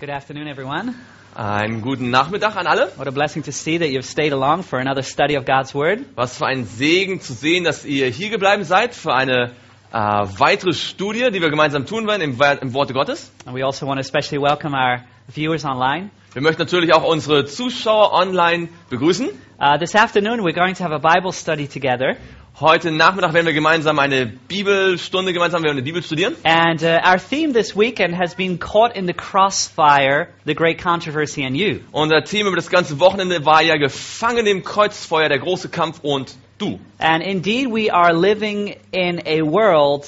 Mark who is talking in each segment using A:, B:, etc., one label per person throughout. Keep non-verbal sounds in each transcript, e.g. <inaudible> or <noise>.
A: Good afternoon, everyone.
B: Einen guten Nachmittag an alle.
A: What a blessing to see that you've stayed along for another study of God's Word.
B: Was für ein Segen zu sehen, dass ihr hier geblieben seid für eine äh, weitere Studie, die wir gemeinsam tun werden im, Wa- im Worte Gottes.
A: And we also want to especially welcome our viewers online.
B: Wir möchten natürlich auch unsere Zuschauer online begrüßen.
A: Uh, this afternoon, we're going to have a Bible study together.
B: Heute Nachmittag werden wir gemeinsam eine Bibelstunde gemeinsam werden wir eine Bibel studieren.
A: And uh, our theme this weekend has been Caught in the Crossfire, the Great Controversy and You.
B: Unser Thema über das ganze Wochenende war ja Gefangen im Kreuzfeuer, der große Kampf und du.
A: And indeed, we are living in a world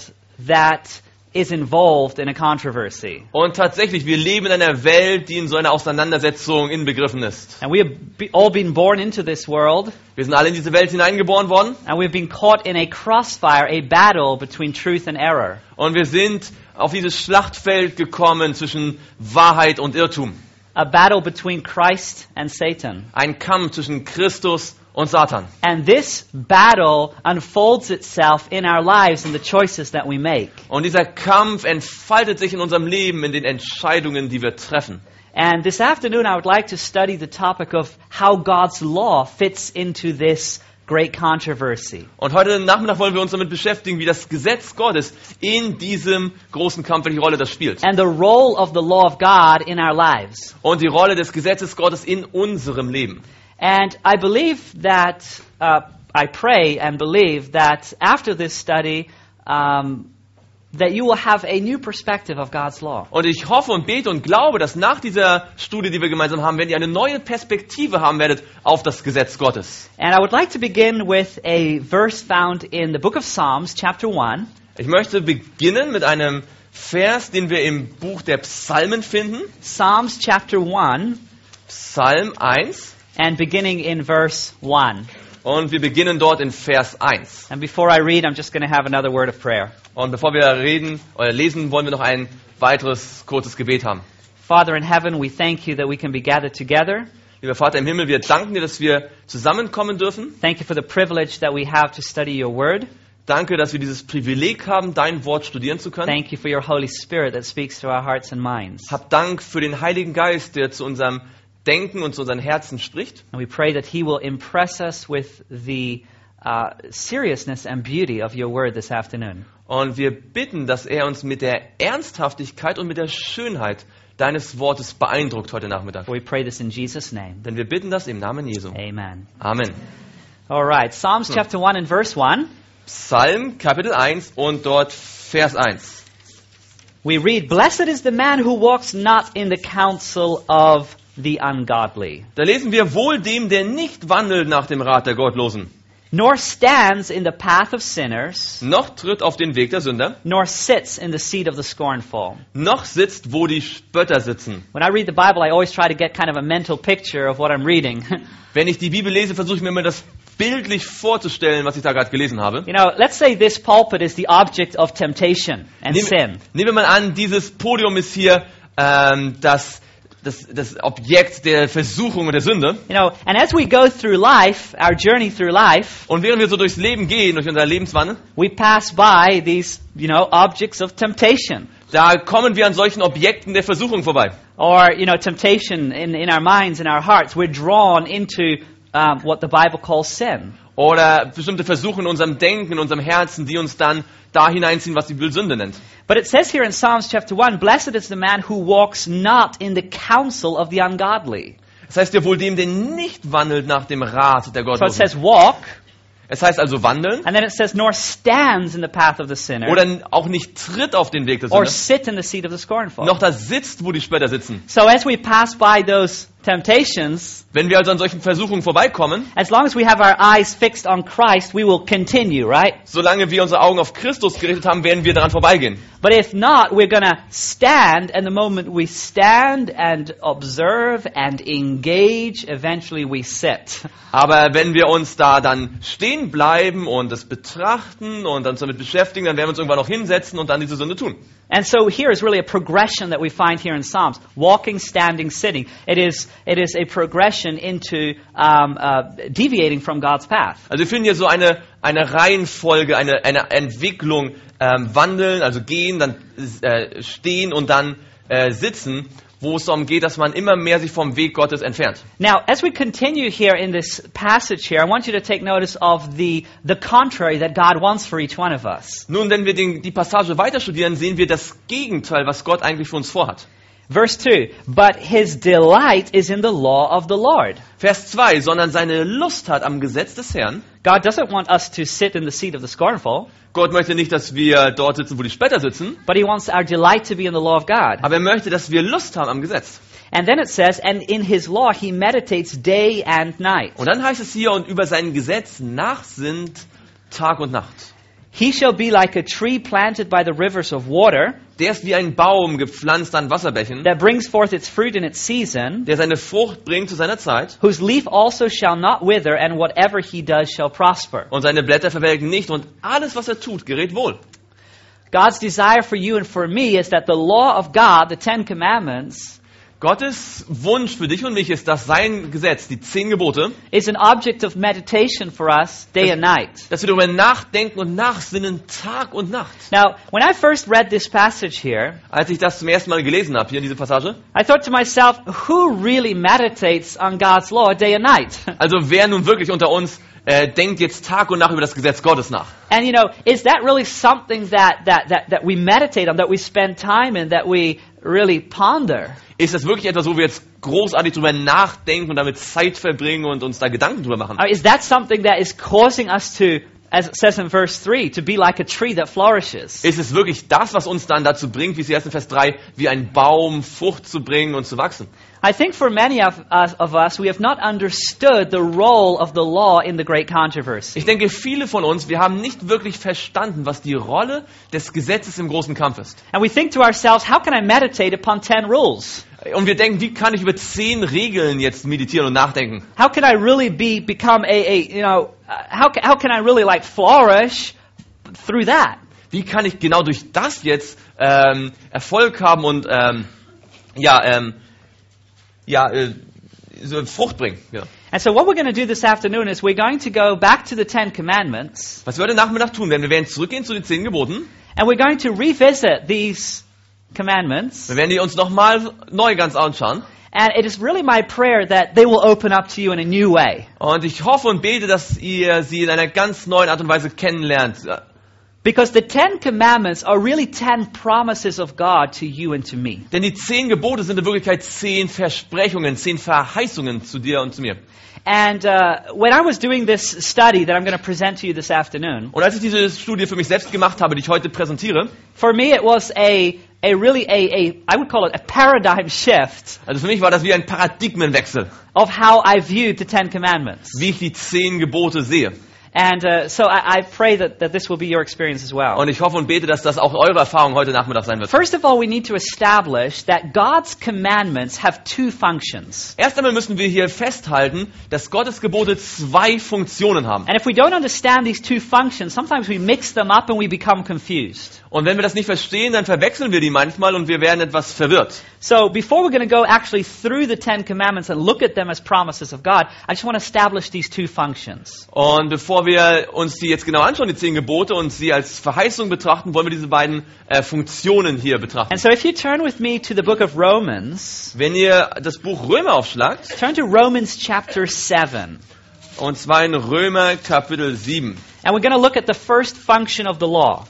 A: that is involved in a controversy.
B: Und tatsächlich, wir leben in einer Welt, die in so einer Auseinandersetzung inbegriffen ist.
A: And we have be- all been born into this world,
B: Wir sind alle in diese Welt hineingeboren worden.
A: and we've been caught in a crossfire, a battle between truth and error.
B: Und wir sind auf dieses Schlachtfeld gekommen zwischen Wahrheit und Irrtum.
A: a battle between Christ and Satan.
B: Ein Kampf zwischen Christus und Satan.
A: And this battle unfolds itself in our lives in the choices that we make.
B: Und dieser Kampf entfaltet sich in unserem Leben, in den Entscheidungen, die wir treffen.
A: And this afternoon, I would like to study the topic of how God's law fits into this great controversy.
B: Und heute Nachmittag wollen wir uns damit beschäftigen, wie das Gesetz Gottes in diesem großen Kampf, welche Rolle das spielt.
A: And the role of the law of God in our lives.
B: Und die Rolle des Gesetzes Gottes in unserem Leben.
A: And I believe that, uh, I pray and believe that after this study, um, that you will have a new perspective of God's law.
B: Und ich hoffe und bete und glaube, dass nach dieser Studie, die wir gemeinsam haben werden, ihr eine neue Perspektive haben werdet auf das Gesetz Gottes.
A: And I would like to begin with a verse found in the book of Psalms, chapter 1.
B: Ich möchte beginnen mit einem Vers, den wir im Buch der Psalmen finden,
A: Psalms, chapter 1,
B: Psalm 1.
A: and beginning in verse 1.
B: Und wir beginnen dort in Vers 1.
A: And before I read, I'm just going to have another word of prayer.
B: Und bevor wir reden oder lesen, wollen wir noch ein weiteres kurzes Gebet haben.
A: Father in heaven, we thank you that we can be gathered together.
B: Lieber Vater im Himmel, wir danken dir, dass wir zusammenkommen dürfen.
A: Thank you for the privilege that we have to study your word.
B: Danke, dass wir dieses Privileg haben, dein Wort studieren zu können.
A: Thank you for your Holy Spirit that speaks to our hearts and minds.
B: Hab Dank für den Heiligen Geist, der zu unserem Denken und zu unseren Herzen spricht.
A: And we pray that he will impress us with the uh, seriousness and beauty of your word this afternoon.
B: Und wir bitten, dass er uns mit der Ernsthaftigkeit und mit der Schönheit deines Wortes beeindruckt heute Nachmittag.
A: We pray this in Jesus' name.
B: Denn wir bitten das im Namen Jesu.
A: Amen.
B: Amen.
A: All right, Psalms chapter 1 and verse 1,
B: Psalm Kapitel 1 und dort Vers 1.
A: we read, Blessed is the man who walks not in the counsel of the ungodly,
B: Da lesen wir wohl dem, der nicht wandelt nach dem Rat der Gottlosen,
A: nor stands in the path of sinners,
B: noch tritt auf den Weg der Sünder,
A: nor sits in the seat of the scornful.
B: noch sitzt, wo die Spötter sitzen.
A: When I read the Bible, I always try to get kind of a mental picture of what I'm reading. <laughs>
B: Wenn ich die Bibel lese, versuche ich mir immer das bildlich vorzustellen, was ich da gerade gelesen habe.
A: you know, let's say this pulpit is the object of temptation and
B: Nehmen,
A: sin.
B: nehmen wir mal an, dieses Podium ist hier ähm, das, das, das Objekt der Versuchung und der Sünde.
A: You know, and as we go through life, our journey through life,
B: Und während wir so durchs Leben gehen, durch unser Lebenswandel,
A: we pass by these, you know, objects of temptation.
B: da kommen wir an solchen Objekten der Versuchung vorbei.
A: or you know temptation in, in our minds in our hearts we're drawn into um, what the bible calls sin
B: Oder bestimmte Versuche in unserem Denken, in unserem Herzen, die uns dann da hineinziehen, was die Bibel Sünde nennt.
A: but it says here in psalms chapter 1 blessed is the man who walks not in the counsel of the ungodly
B: Das heißt ja wohl dem, der nicht wandelt nach dem Rat der
A: so it
B: Gottlosen.
A: says walk
B: Es heißt also wandeln
A: and then it says nor stands in the path of the sinner
B: oder auch nicht tritt auf den Weg der
A: or
B: Sünde,
A: sit in the seat of the scornful
B: noch da sitzt, wo die Spötter sitzen.
A: so as we pass by those temptations
B: Wenn wir also an solchen Versuchungen vorbeikommen,
A: as long as we have our eyes fixed on christ we will continue right
B: solange wir unsere Augen auf Christus gerichtet haben, werden wir daran vorbeigehen.
A: But if not, we're going to stand, and the moment we stand and observe and engage, eventually we sit.
B: Aber wenn wir uns da dann stehen bleiben und es betrachten und uns damit beschäftigen, dann werden wir uns irgendwann noch hinsetzen und dann diese Sünde tun.
A: And so here is really a progression that we find here in Psalms walking, standing, sitting. It is, it is a progression into um, uh, deviating from God's path.
B: Also wir finden hier so eine, eine Reihenfolge, eine, eine Entwicklung, ähm, wandeln, also gehen, dann äh, stehen und dann äh, sitzen, wo es darum geht, dass man immer mehr sich vom Weg Gottes entfernt.
A: Now, as we continue here in this passage here, I want you to take notice of the, the contrary that God wants for each one of us.
B: Nun, wenn wir den, die Passage weiter studieren, sehen wir das Gegenteil, was Gott eigentlich für uns vorhat.
A: Verse 2 But his delight is in the law of the Lord.
B: Vers 2, sondern seine Lust hat am Gesetz des Herrn.
A: God doesn't want us to sit in the seat of the scornful,
B: Gott möchte nicht, dass wir dort sitzen, wo die Spötter sitzen,
A: but he wants our delight to be in the law of God.
B: aber er möchte, dass wir Lust haben am Gesetz.
A: And then it says, And in his law he meditates day and night.
B: Und dann heißt es hier, und über sein Gesetz nachsinnt Tag und Nacht.
A: He shall be like a tree planted by the rivers of water
B: Der ist wie ein Baum gepflanzt an Wasserbächen,
A: that brings forth its fruit in its season,
B: der seine Frucht bringt zu seiner Zeit
A: whose leaf also shall not wither, and whatever he does shall prosper.
B: und seine Blätter verwelken nicht und alles, was er tut, gerät wohl.
A: God's desire for you and for me is that the law of God, the Ten Commandments,
B: Gottes Wunsch für dich und mich ist, dass sein Gesetz, die zehn Gebote,
A: is an object of meditation for us day and night.
B: dass wir darüber nachdenken und nachsinnen Tag und Nacht.
A: Now, when I first read this passage here,
B: Als ich das zum ersten Mal gelesen habe, hier diese Passage,
A: I thought to myself, who really meditates on God's law day and night? <laughs>
B: also wer nun wirklich unter uns äh, denkt jetzt Tag und Nacht über das Gesetz Gottes nach?
A: and you know, is that really something that, that, that, that we meditate on, that we spend time in, that we really ponder?
B: Ist das wirklich etwas, wo wir jetzt großartig drüber nachdenken und damit Zeit verbringen und uns da Gedanken drüber machen?
A: Or Uh, is that something that is causing us to, as it says in verse 3, to be like a tree that flourishes?
B: Ist es wirklich das, was uns dann dazu bringt, wie es hier heißt in Vers 3, wie ein Baum Frucht zu bringen und zu wachsen?
A: I think for many of us, of us, we have not understood the role of the law in the great controversy.
B: Ich denke, viele von uns, wir haben nicht wirklich verstanden, was die Rolle des Gesetzes im großen Kampf ist.
A: And we think to ourselves, how can I meditate upon 10 rules?
B: Und wir denken, wie kann ich über zehn Regeln jetzt meditieren und nachdenken?
A: How can I really be become a, a you know, uh, how, ca- how can I really like flourish through that?
B: Wie kann ich genau durch das jetzt ähm, Erfolg haben und ähm, ja, ähm, ja, äh, so Frucht bringen? Ja.
A: And so what we're going to do this afternoon is we're going to go back to the 10 commandments
B: Was wir heute Nachmittag tun werden, wir werden zurückgehen zu den zehn Geboten.
A: and we're going to revisit these commandments.
B: Wir werden die uns nochmal neu ganz anschauen.
A: And it is really my prayer that they will open up to you in a new way.
B: Und ich hoffe und bete, dass ihr sie in einer ganz neuen Art und Weise kennenlernt.
A: Because the Ten Commandments are really ten promises of God to you and to me.
B: Denn die zehn Gebote sind in Wirklichkeit zehn Versprechungen, zehn Verheißungen zu dir und zu mir.
A: And uh, when I was doing this study that I'm going to present to you this afternoon,
B: Und als ich diese Studie für mich selbst gemacht habe, die ich heute präsentiere,
A: for me it was a, a really a, a, I would call it a paradigm shift
B: also für mich war das wie ein Paradigmenwechsel,
A: of how I viewed the Ten Commandments.
B: wie ich die zehn Gebote sehe.
A: And uh, so I, I pray that, that this will be your experience as well.
B: Und ich hoffe und bete, dass das auch eure Erfahrung heute Nachmittag sein wird.
A: First of all, we need to establish that God's commandments have two functions.
B: Erst einmal müssen wir hier festhalten, dass Gottes Gebote zwei Funktionen haben.
A: And if we don't understand these two functions, sometimes we mix them up and we become confused.
B: Und wenn wir das nicht verstehen, dann verwechseln wir die manchmal und wir werden etwas verwirrt.
A: So before we're going to go actually through the Ten Commandments and look at them as promises of God, I just want to establish these two functions.
B: Und bevor wir uns die jetzt genau anschauen, die zehn Gebote, und sie als Verheißung betrachten, wollen wir diese beiden äh, Funktionen hier betrachten.
A: And so if you turn with me to the book of Romans,
B: Wenn ihr das Buch Römer aufschlagt,
A: turn to Romans chapter 7.
B: und zwar in Römer Kapitel 7,
A: And we're going to look at the first function of the law.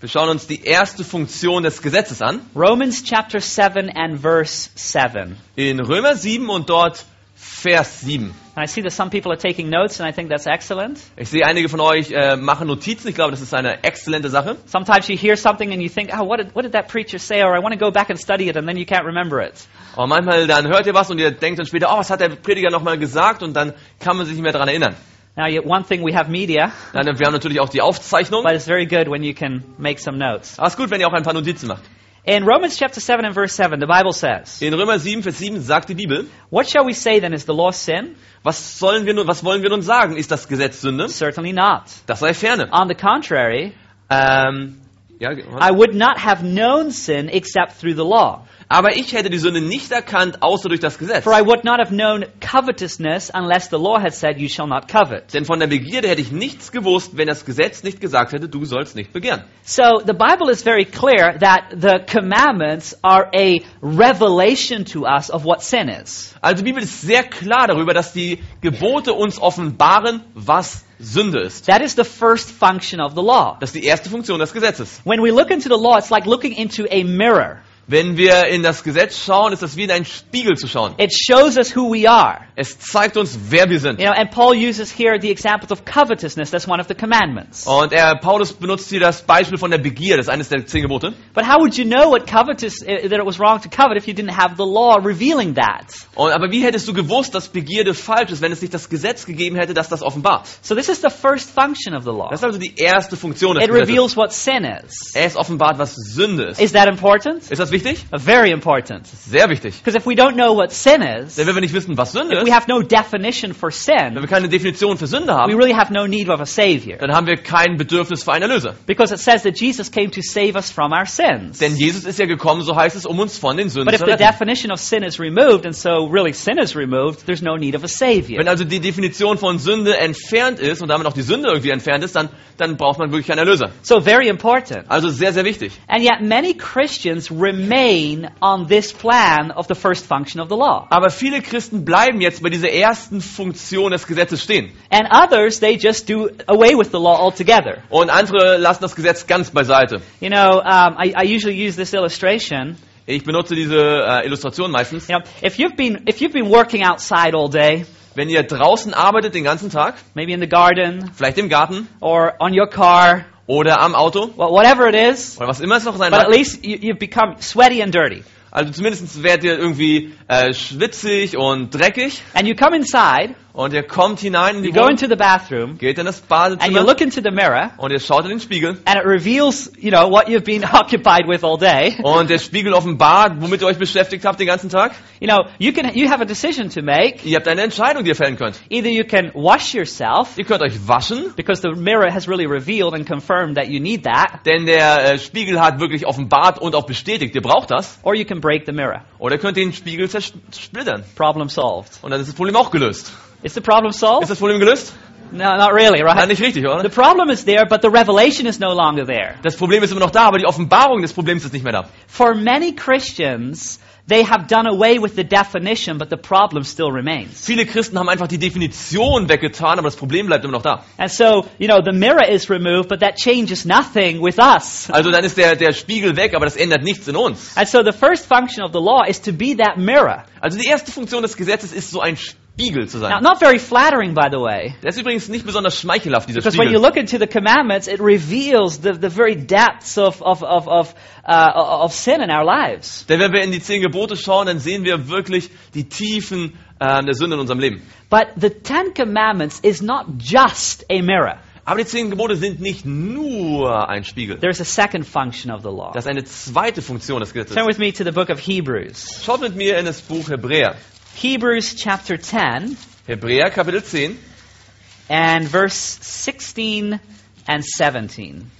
B: wir schauen uns die erste Funktion des Gesetzes an,
A: Romans chapter 7 and verse 7. And
B: in Römer 7 und dort Vers 7.
A: I see that some people are taking notes and I think that's excellent.
B: Ich sehe, einige von euch äh, machen Notizen, ich glaube, das ist eine exzellente Sache.
A: Sometimes you hear something and you think, oh, what did, what did that preacher say? Or I want to go back and study it, and then you can't remember it.
B: Aber manchmal dann hört ihr was und ihr denkt dann später, oh, was hat der Prediger nochmal gesagt und dann kann man sich nicht mehr daran erinnern.
A: Now, yet one thing we have media,
B: Dann, wir haben natürlich auch die Aufzeichnung.
A: but it's very good when you can make some notes.
B: Aber es ist gut, wenn ihr auch ein paar Notizen macht.
A: In Romans chapter 7 and verse 7, the Bible says,
B: In Römer 7, Vers 7 sagt die Bibel,
A: What shall we say then? Is the law sin?
B: was, sollen wir nun, was wollen wir nun sagen? Ist das Gesetz Sünde?
A: Certainly not.
B: Das sei ferne.
A: On the contrary,
B: Ähm, ja, was?
A: I would not have known sin except through the law.
B: Aber ich hätte die Sünde nicht erkannt, außer durch das Gesetz.
A: For I would not have known covetousness unless the law had said, You shall not covet.
B: Denn von der Begierde hätte ich nichts gewusst, wenn das Gesetz nicht gesagt hätte, du sollst nicht begehren.
A: So the Bible is very clear that the commandments are a revelation to us of what sin is.
B: Also die Bibel ist sehr klar darüber, dass die Gebote uns offenbaren, was Sünde ist.
A: That is the first function of the law.
B: Das ist die erste Funktion des Gesetzes.
A: When we look into the law, it's like looking into a mirror.
B: Wenn wir in das Gesetz schauen, ist das wie in einen Spiegel zu schauen.
A: It shows us who we are.
B: Es zeigt uns, wer wir sind.
A: You know, and Paul uses here the examples of covetousness. That's one of the commandments.
B: Und er, Paulus benutzt hier das Beispiel von der Begierde, das ist eines der zehn Gebote.
A: But how would you know what covetous eh, that it was wrong to covet if you didn't have the law revealing that?
B: Und, aber wie hättest du gewusst, dass Begierde falsch ist, wenn es nicht das Gesetz gegeben hätte, das das offenbart?
A: So this is the first function of the law.
B: Das ist also die erste Funktion des
A: It
B: Gesetzes.
A: reveals what sin is.
B: Es offenbart, was Sünde ist.
A: Is that important? Uh,
B: Ist das wichtig?
A: Very important.
B: Sehr wichtig.
A: Because if we don't know what sin is,
B: Denn wenn wir nicht wissen, was Sünde
A: if
B: ist,
A: we have no definition for sin,
B: wenn wir keine Definition für Sünde
A: we
B: haben,
A: really have no need of a savior.
B: dann haben wir kein Bedürfnis für einen Erlöser.
A: Because it says that Jesus came to save us from our sins.
B: Denn Jesus ist ja gekommen, so heißt es, um uns von den Sünden
A: But if
B: zu
A: the
B: retten.
A: definition of sin is removed, and so really sin is removed, there's no need of a savior.
B: Wenn also die Definition von Sünde entfernt ist und damit auch die Sünde irgendwie entfernt ist, dann, dann braucht man wirklich einen Erlöser.
A: So very important.
B: Also sehr, sehr wichtig.
A: And yet many Christians remain on this plan of the first function of the law.
B: Aber viele Christen bleiben jetzt bei dieser ersten Funktion des Gesetzes stehen.
A: And others, they just do away with the law altogether.
B: Und andere lassen das Gesetz ganz beiseite.
A: You know, um, I, I usually use this illustration.
B: Ich benutze diese äh, Illustration meistens.
A: You know, if you've been if you've been working outside all day,
B: Wenn ihr draußen arbeitet den ganzen Tag,
A: maybe in the garden
B: vielleicht im Garten
A: or on your car,
B: oder am Auto
A: wha- whatever it is,
B: oder was immer es noch sein
A: but at
B: mag,
A: least you, you've become sweaty and dirty.
B: also zumindest werdet ihr irgendwie äh, schwitzig und dreckig
A: And you come inside,
B: und ihr kommt hinein in
A: you
B: die
A: go
B: Wohnung,
A: into the bathroom,
B: geht in das
A: and you
B: Badezimmer
A: look into the mirror,
B: und ihr schaut in den Spiegel
A: and it reveals, you know, what you've been <laughs> occupied with all day.
B: und der Spiegel offenbart, womit ihr euch beschäftigt habt den ganzen Tag.
A: You know, you can you have a decision to make.
B: Ihr habt eine Entscheidung, die ihr fällen könnt.
A: Either you can wash yourself
B: Ihr könnt euch waschen,
A: because the mirror has really revealed and confirmed that you need that,
B: denn der äh, Spiegel hat wirklich offenbart und auch bestätigt, ihr braucht das.
A: or you can break the mirror.
B: Oder ihr könnt den Spiegel zersplittern
A: Problem solved.
B: und dann ist das Problem auch gelöst.
A: Is the problem
B: Ist
A: solved?
B: das Problem gelöst?
A: No, not really,
B: Nein,
A: right?
B: nicht richtig,
A: The
B: oder?
A: problem is there, but the revelation is no longer there.
B: Das Problem ist immer noch da, aber die Offenbarung des Problems ist nicht mehr da.
A: For many Christians, they have done away with the definition, but the problem still remains.
B: Viele Christen haben einfach die Definition weggetan, aber das Problem bleibt immer noch da.
A: And so, you know, the mirror is removed, but that changes nothing with us.
B: Also dann ist der, der Spiegel weg, aber das ändert nichts in uns.
A: And so the first function of the law is to be that mirror.
B: Also die erste Funktion des Gesetzes ist so ein Spiegel zu
A: Now,
B: sein.
A: not very flattering, by the way.
B: Der ist übrigens nicht besonders schmeichelhaft, dieser
A: Because when you
B: Spiegel.
A: look into the commandments, it reveals the, the very depths of, of, of, of, uh, of sin in our lives.
B: Denn wenn wir in die zehn Gebote schauen, dann sehen wir wirklich die Tiefen ähm, der Sünde in unserem Leben.
A: But the Ten Commandments is not just a mirror.
B: Aber die zehn Gebote sind nicht nur ein Spiegel.
A: There's a second function of the law.
B: Das ist eine zweite Funktion des Gesetzes.
A: Turn with me to the book of Hebrews.
B: Schaut mit mir in das Buch Hebräer.
A: Hebrews chapter 10
B: Hebräer Kapitel 10,
A: and verse 16 and 17.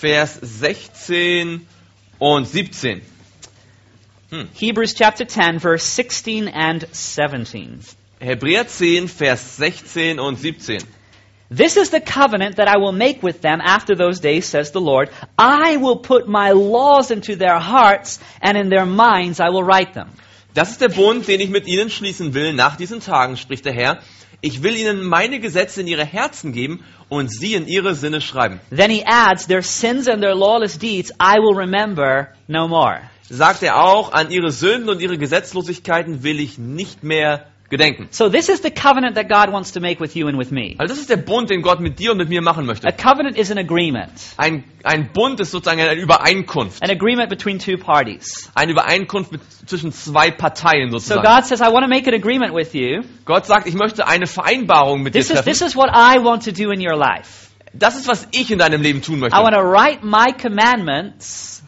B: Vers 16 und 17.
A: Hebrews chapter 10, verse 16 and 17.
B: Hebräer 10, Vers 16 und 17.
A: This is the covenant that I will make with them after those days, says the Lord. I will put my laws into their hearts, and in their minds I will write them.
B: Das ist der Bund, den ich mit ihnen schließen will nach diesen Tagen, spricht der Herr. Ich will ihnen meine Gesetze in ihre Herzen geben und sie in ihre Sinne schreiben.
A: Then he adds, Their sins and their lawless deeds I will remember no more.
B: Sagt er auch, an ihre Sünden und ihre Gesetzlosigkeiten will ich nicht mehr gedenken.
A: So, this is the covenant that God wants to make with you and with me.
B: Also das ist der Bund, den Gott mit dir und mit mir machen
A: A
B: möchte.
A: covenant is an agreement,
B: Ein, ein Bund ist sozusagen eine Übereinkunft.
A: an agreement between two parties.
B: Eine Übereinkunft mit, zwischen zwei Parteien
A: So,
B: sozusagen.
A: God says, I want to make an agreement with you.
B: Gott sagt, ich möchte eine Vereinbarung mit dir
A: This is, this
B: treffen.
A: is what I want to do in your life.
B: Das ist, was ich in deinem Leben tun möchte.
A: I want to write my commandments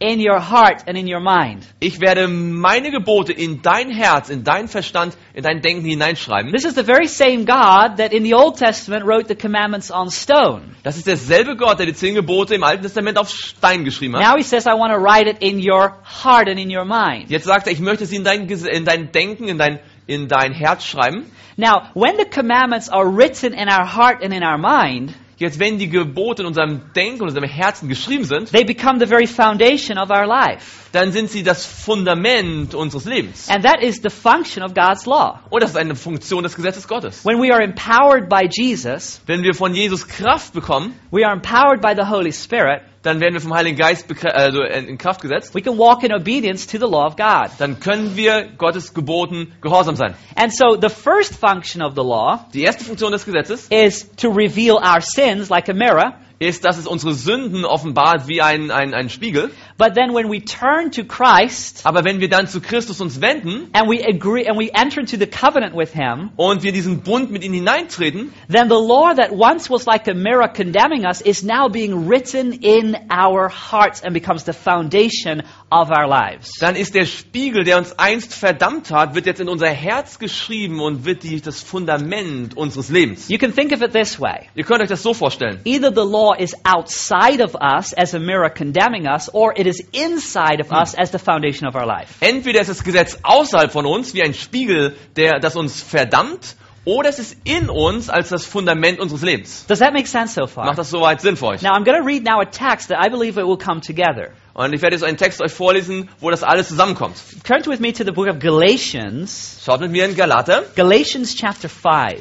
A: in your heart and in your mind.
B: Ich werde meine Gebote in dein Herz, in dein Verstand, in dein Denken hineinschreiben.
A: This is the very same God that in the Old Testament wrote the commandments on stone.
B: Das ist derselbe Gott, der die zehn Gebote im Alten Testament auf Stein geschrieben hat.
A: Now he says, I want to write it in your heart and in your mind.
B: Jetzt sagt er, ich möchte sie in dein, Ges- in dein Denken, in dein, in dein Herz schreiben.
A: Now, when the commandments are written in our heart and in our mind,
B: Jetzt, wenn die Gebote in unserem Denken und unserem Herzen geschrieben sind,
A: they become the very foundation of our life.
B: dann sind sie das Fundament unseres Lebens.
A: And that is the function of God's law.
B: Und das ist eine Funktion des Gesetzes Gottes.
A: When we are empowered by Jesus,
B: Wenn wir von Jesus Kraft bekommen,
A: we are empowered by the Holy Spirit,
B: dann werden wir vom Heiligen Geist bekrä- also in in Kraft gesetzt.
A: we can walk in obedience to the law of God.
B: Dann können wir Gottes Geboten gehorsam sein.
A: And so the first function of the law
B: Die erste Funktion des Gesetzes
A: is to reveal our sins like a mirror.
B: ist, dass es unsere Sünden offenbart wie ein, ein, ein Spiegel.
A: But then when we turn to Christ
B: Aber wenn wir dann zu Christus uns wenden
A: and we agree and we enter into the covenant with him,
B: und wir diesen Bund mit ihm hineintreten,
A: then the law that once was like a mirror condemning us is now being written in our hearts and becomes the foundation of our lives.
B: dann ist der Spiegel, der uns einst verdammt hat, wird jetzt in unser Herz geschrieben und wird die, das Fundament unseres Lebens.
A: You can think of it this way.
B: Ihr könnt euch das so vorstellen.
A: Either the law is outside of us as a mirror condemning us, or it is inside of us as the foundation of our life.
B: Entweder ist das Gesetz außerhalb von uns wie ein Spiegel, der das uns verdammt, oder es ist in uns als das Fundament unseres Lebens.
A: Does that make sense so far?
B: Macht das soweit Sinn für euch?
A: Now I'm going to read now a text that I believe it will come together.
B: Und ich werde jetzt einen Text euch vorlesen, wo das alles zusammenkommt.
A: Turn with me to the book of Galatians,
B: Schaut mit mir in Galater.
A: Galatians chapter 5.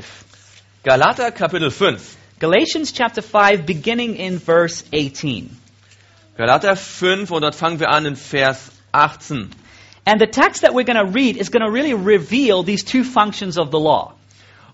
B: Galater Kapitel 5.
A: Galatians chapter 5 beginning in verse 18.
B: Galater 5 und dort fangen wir an in Vers 18.
A: And the text that we're going to read is going to really reveal these two functions of the law.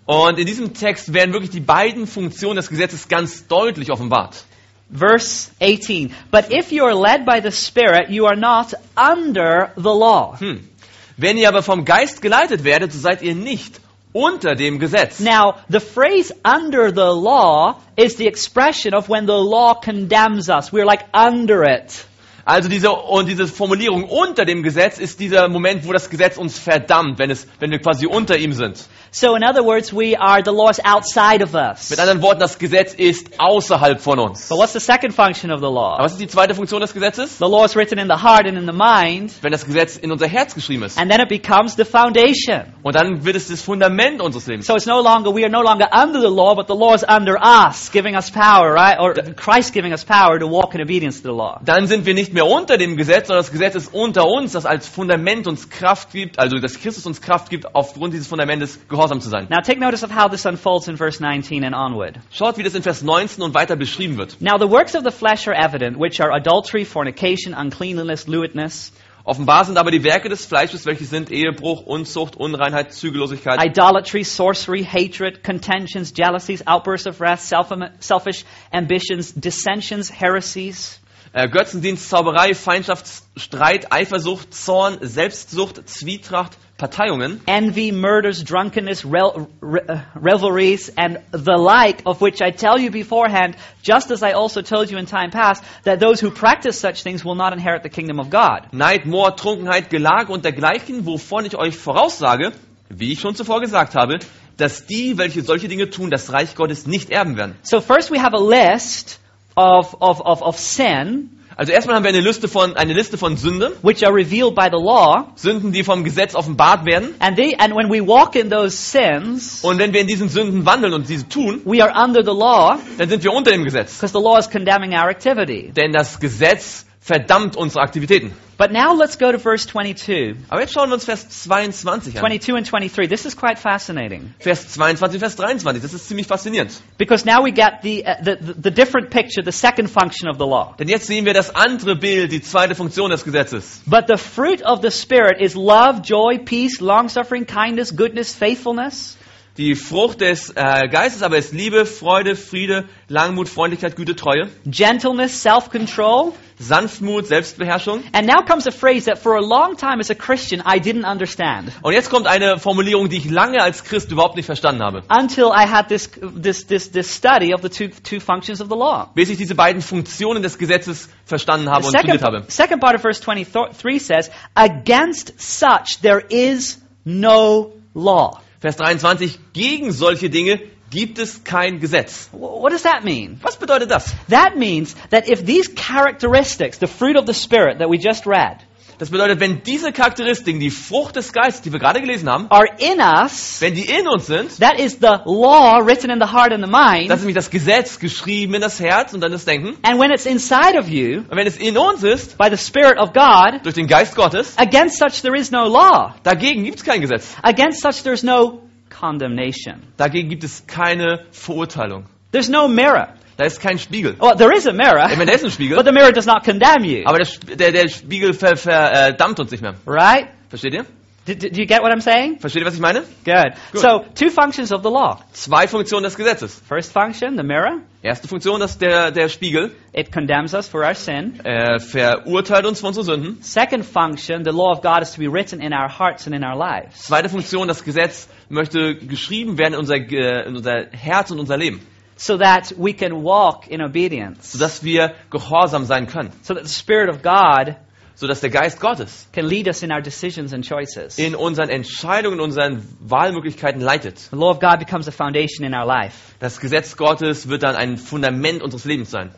B: Und in diesem Text werden wirklich die beiden Funktionen des Gesetzes ganz deutlich offenbart.
A: Verse 18. But if you are led by the Spirit, you are not under the law.
B: Hm. Wenn ihr aber vom Geist geleitet werdet, so seid ihr nicht unter dem Gesetz.
A: Now, the phrase under the law is the expression of when the law condemns us. We're like under it.
B: Also diese, und diese Formulierung unter dem Gesetz ist dieser Moment, wo das Gesetz uns verdammt, wenn, es, wenn wir quasi unter ihm sind.
A: So, in other words, we are the law is outside of us.
B: Mit anderen Worten, das Gesetz ist außerhalb von uns.
A: But what's the second function of the
B: Aber
A: law?
B: was ist die zweite Funktion des Gesetzes?
A: The law is written in the heart and in the mind,
B: Wenn das Gesetz in unser Herz geschrieben ist.
A: and then it becomes the foundation.
B: Und dann wird es das Fundament unseres Lebens.
A: So it's no longer we are no longer under the law, but the law is under us, giving us power, right? Or Christ giving us power to walk in obedience to the law.
B: Dann sind wir nicht mehr unter dem Gesetz, sondern das Gesetz ist unter uns, das als Fundament uns Kraft gibt, also dass Christus uns Kraft gibt, aufgrund dieses Fundamentes gehorsam zu sein.
A: Now take notice of how this unfolds in verse 19 and onward.
B: Schaut, wie das in Vers 19 und weiter beschrieben wird.
A: Now the works of the flesh are evident, which are adultery, fornication, uncleanliness, lewdness,
B: Offenbar sind aber die Werke des Fleisches, welche sind Ehebruch, Unzucht, Unreinheit, Zügellosigkeit,
A: idolatry, sorcery, hatred, contentions, jealousies, outbursts of wrath, self- selfish ambitions, dissensions, heresies.
B: Äh, Götzendienst, Zauberei, Feindschaft, Streit, Eifersucht, Zorn, Selbstsucht, Zwietracht, Parteiungen,
A: envy, murders, drunkenness, rel- re- uh, revelries, and the like, of which I tell you beforehand, just as I also told you in time past, that those who practice such things will not inherit the kingdom of God.
B: Neid, Mord, Trunkenheit, Gelage und dergleichen, wovon ich euch voraussage, wie ich schon zuvor gesagt habe, dass die, welche solche Dinge tun, das Reich Gottes nicht erben werden.
A: So first we have a list of, of, of, of sin,
B: Also erstmal haben wir eine Liste von, eine Liste von Sünden,
A: which are revealed by the law,
B: Sünden, die vom Gesetz offenbart werden.
A: and, they, and when we walk in those sins,
B: Und wenn wir in diesen Sünden wandeln und diese tun,
A: we are under the law,
B: dann sind wir unter dem Gesetz.
A: because the law is condemning our activity.
B: Denn das Gesetz verdammt unsere Aktivitäten.
A: But now let's go to verse 22.
B: Aber jetzt schauen wir uns Vers 22 an.
A: 22 and 23. This is quite fascinating.
B: Vers 22, Vers 23. Das ist ziemlich faszinierend.
A: Because now we get the, uh, the, the, the different picture, the second function of the law.
B: Denn jetzt sehen wir das andere Bild, die zweite Funktion des Gesetzes.
A: But the fruit of the Spirit is love, joy, peace, long suffering, kindness, goodness, faithfulness.
B: die Frucht des äh, Geistes aber ist Liebe, Freude, Friede, Langmut, Freundlichkeit, Güte, Treue,
A: gentleness, self-control.
B: Sanftmut, Selbstbeherrschung.
A: And now comes a phrase that for a long time as a Christian I didn't understand
B: Und jetzt kommt eine Formulierung, die ich lange als Christ überhaupt nicht verstanden habe.
A: until I had this this this this study of the two two functions of the law.
B: Bis ich diese beiden Funktionen des Gesetzes verstanden habe
A: The
B: und studiert habe.
A: second, second part of verse 23 says, "Against such there is no law."
B: Vers 23, gegen solche Dinge gibt es kein Gesetz.
A: Wh- What does that mean?
B: Was bedeutet das?
A: That means that if these characteristics, the fruit of the Spirit that we just read,
B: Das bedeutet, wenn diese Charakteristiken, die Frucht des Geistes, die wir gerade gelesen haben,
A: are in us,
B: wenn die in uns sind,
A: that is the law written in the heart and the
B: das ist
A: mind,
B: nämlich das Gesetz geschrieben in das Herz und dann das Denken.
A: and when it's inside of you
B: Und wenn es in uns ist,
A: by the Spirit of God,
B: durch den Geist Gottes,
A: against such there is no law.
B: dagegen gibt es kein Gesetz.
A: Against such there's no condemnation.
B: Dagegen gibt es keine Verurteilung.
A: There's no mirror.
B: Da ist kein Spiegel.
A: Well, there is a mirror,
B: Ich meine, da ist ein Spiegel,
A: but the mirror does not condemn you.
B: aber der, Sp- der, der Spiegel ver, verdammt uns nicht mehr.
A: Right?
B: Versteht ihr?
A: Do, do do you get what I'm saying?
B: Versteht ihr, was ich meine?
A: Good.
B: Good.
A: So, two functions of the law.
B: Zwei Funktionen des Gesetzes.
A: First function, the mirror,
B: Erste Funktion, das ist der, der Spiegel.
A: it condemns us for our sin.
B: äh, verurteilt uns für unsere Sünden.
A: Second function, the law of God is to be written in our hearts and in our lives.
B: Zweite Funktion, das Gesetz möchte geschrieben werden in unser, Ge- in unser Herz und unser Leben,
A: So that we can walk in obedience.
B: sodass wir gehorsam sein können,
A: So that the Spirit of God
B: sodass der Geist Gottes
A: can lead us in our decisions and choices.
B: in unseren Entscheidungen, in unseren Wahlmöglichkeiten leitet.
A: The law of God becomes a foundation in our life.
B: Das Gesetz Gottes wird dann ein Fundament unseres Lebens sein.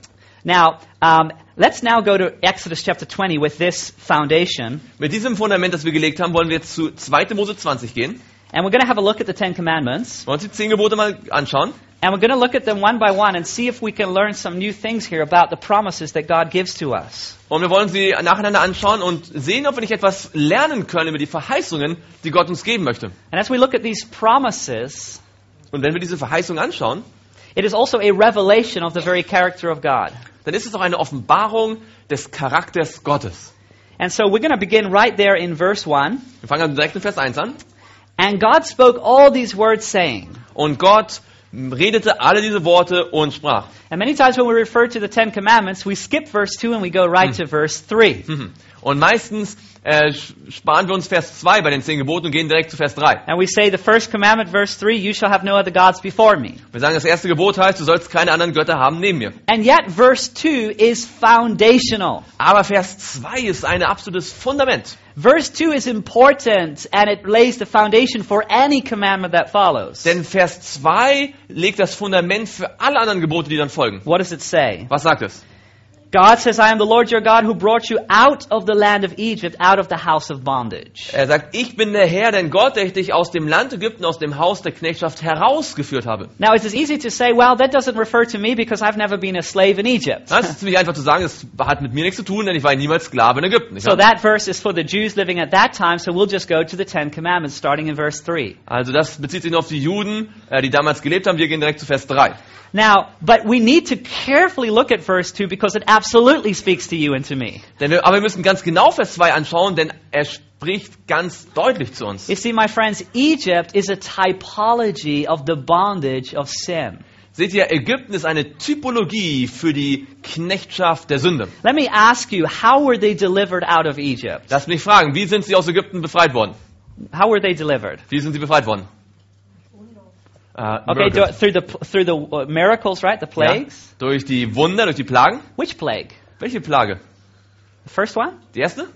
A: Now, um, let's now go to Exodus chapter 20 with this foundation.
B: Mit diesem Fundament, das wir gelegt haben, wollen wir jetzt zu 2. Mose 20 gehen.
A: And we're going to have a look at the Ten Commandments.
B: Wollen wir uns die zehn Gebote mal anschauen.
A: And we're going to look at them one by one and see if we can learn some new things here about the promises that God gives to us.
B: Und wir wollen sie nacheinander anschauen und sehen, ob wir nicht etwas lernen können über die Verheißungen, die Gott uns geben möchte.
A: And as we look at these promises,
B: Und wenn wir diese Verheißung anschauen,
A: it is also a revelation of the very character of God.
B: dann ist es auch eine Offenbarung des Charakters Gottes.
A: And so we're going to begin right there in verse 1.
B: Wir fangen also direkt in Vers 1 an.
A: And God spoke all these words, saying,
B: Und Gott redete alle diese Worte und sprach.
A: And many times when we refer to the Ten Commandments, we skip verse 2 and we go right to verse 3.
B: Mhm. Und meistens äh, sch- sparen wir uns Vers 2 bei den zehn Geboten und gehen direkt zu Vers 3.
A: And we say the first commandment, verse 3, you shall have no other gods before me.
B: Wir sagen, das erste Gebot heißt, du sollst keine anderen Götter haben neben mir.
A: And yet verse 2 is foundational.
B: Aber Vers 2 ist ein absolutes Fundament.
A: Verse 2 is important and it lays the foundation for any commandment that follows.
B: Denn Vers 2 legt das Fundament für alle anderen Gebote, die dann folgen.
A: What does it say?
B: Was sagt es?
A: God says, I am the Lord your God who brought you out of the land of Egypt, out of the house of bondage.
B: Er sagt, ich bin der Herr, denn Gott, der ich dich aus dem Land Ägypten, aus dem Haus der Knechtschaft herausgeführt habe.
A: Now, it is easy to say, well, that doesn't refer to me because I've never been a slave in Egypt.
B: Das ist ziemlich einfach zu sagen, das hat mit mir nichts zu tun, denn ich war niemals Sklave in Ägypten. Nicht
A: So
B: wahr?
A: that verse is for the Jews living at that time, so we'll just go to the Ten Commandments starting in verse 3.
B: Also das bezieht sich nur auf die Juden, äh, die damals gelebt haben. Wir gehen direkt zu Vers 3.
A: Now, but we need to carefully look at verse 2 because it absolutely speaks to you and to me.
B: Denn wir, aber wir müssen ganz genau Vers 2 anschauen, denn er spricht ganz deutlich zu uns.
A: You see, my friends, Egypt is a typology of the bondage of sin.
B: Seht ihr, Ägypten ist eine Typologie für die Knechtschaft der Sünde.
A: Let me ask you, how were they delivered out of Egypt?
B: Lasst mich fragen, wie sind sie aus Ägypten befreit worden?
A: How were they delivered?
B: Wie sind sie befreit worden? Äh,
A: Okay,
B: Miracles.
A: do, through the through the uh, miracles, right? The plagues.
B: Ja, durch die Wunder, durch die Plagen.
A: Which plague?
B: Welche Plage?
A: The first one?
B: Die erste?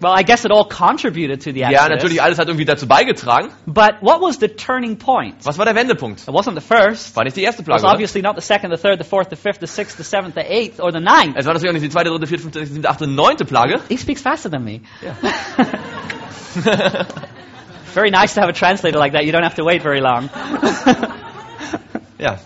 A: Well, I guess it all contributed to the
B: Ja,
A: Exodus.
B: natürlich, alles hat irgendwie dazu beigetragen.
A: But what was the turning point?
B: Was war der Wendepunkt?
A: It wasn't the first.
B: War nicht die erste
A: It was
B: Plage. Oder?
A: obviously not the second, the third, the fourth, the fifth, the sixth, the seventh, the eighth, or the ninth.
B: Es war natürlich auch nicht die zweite, dritte, vierte, fünfte, sechste, siebte, achte, neunte Plage.
A: He speaks faster than me. <laughs> very nice to have a translator like that. You don't have to wait very long.
B: Ja.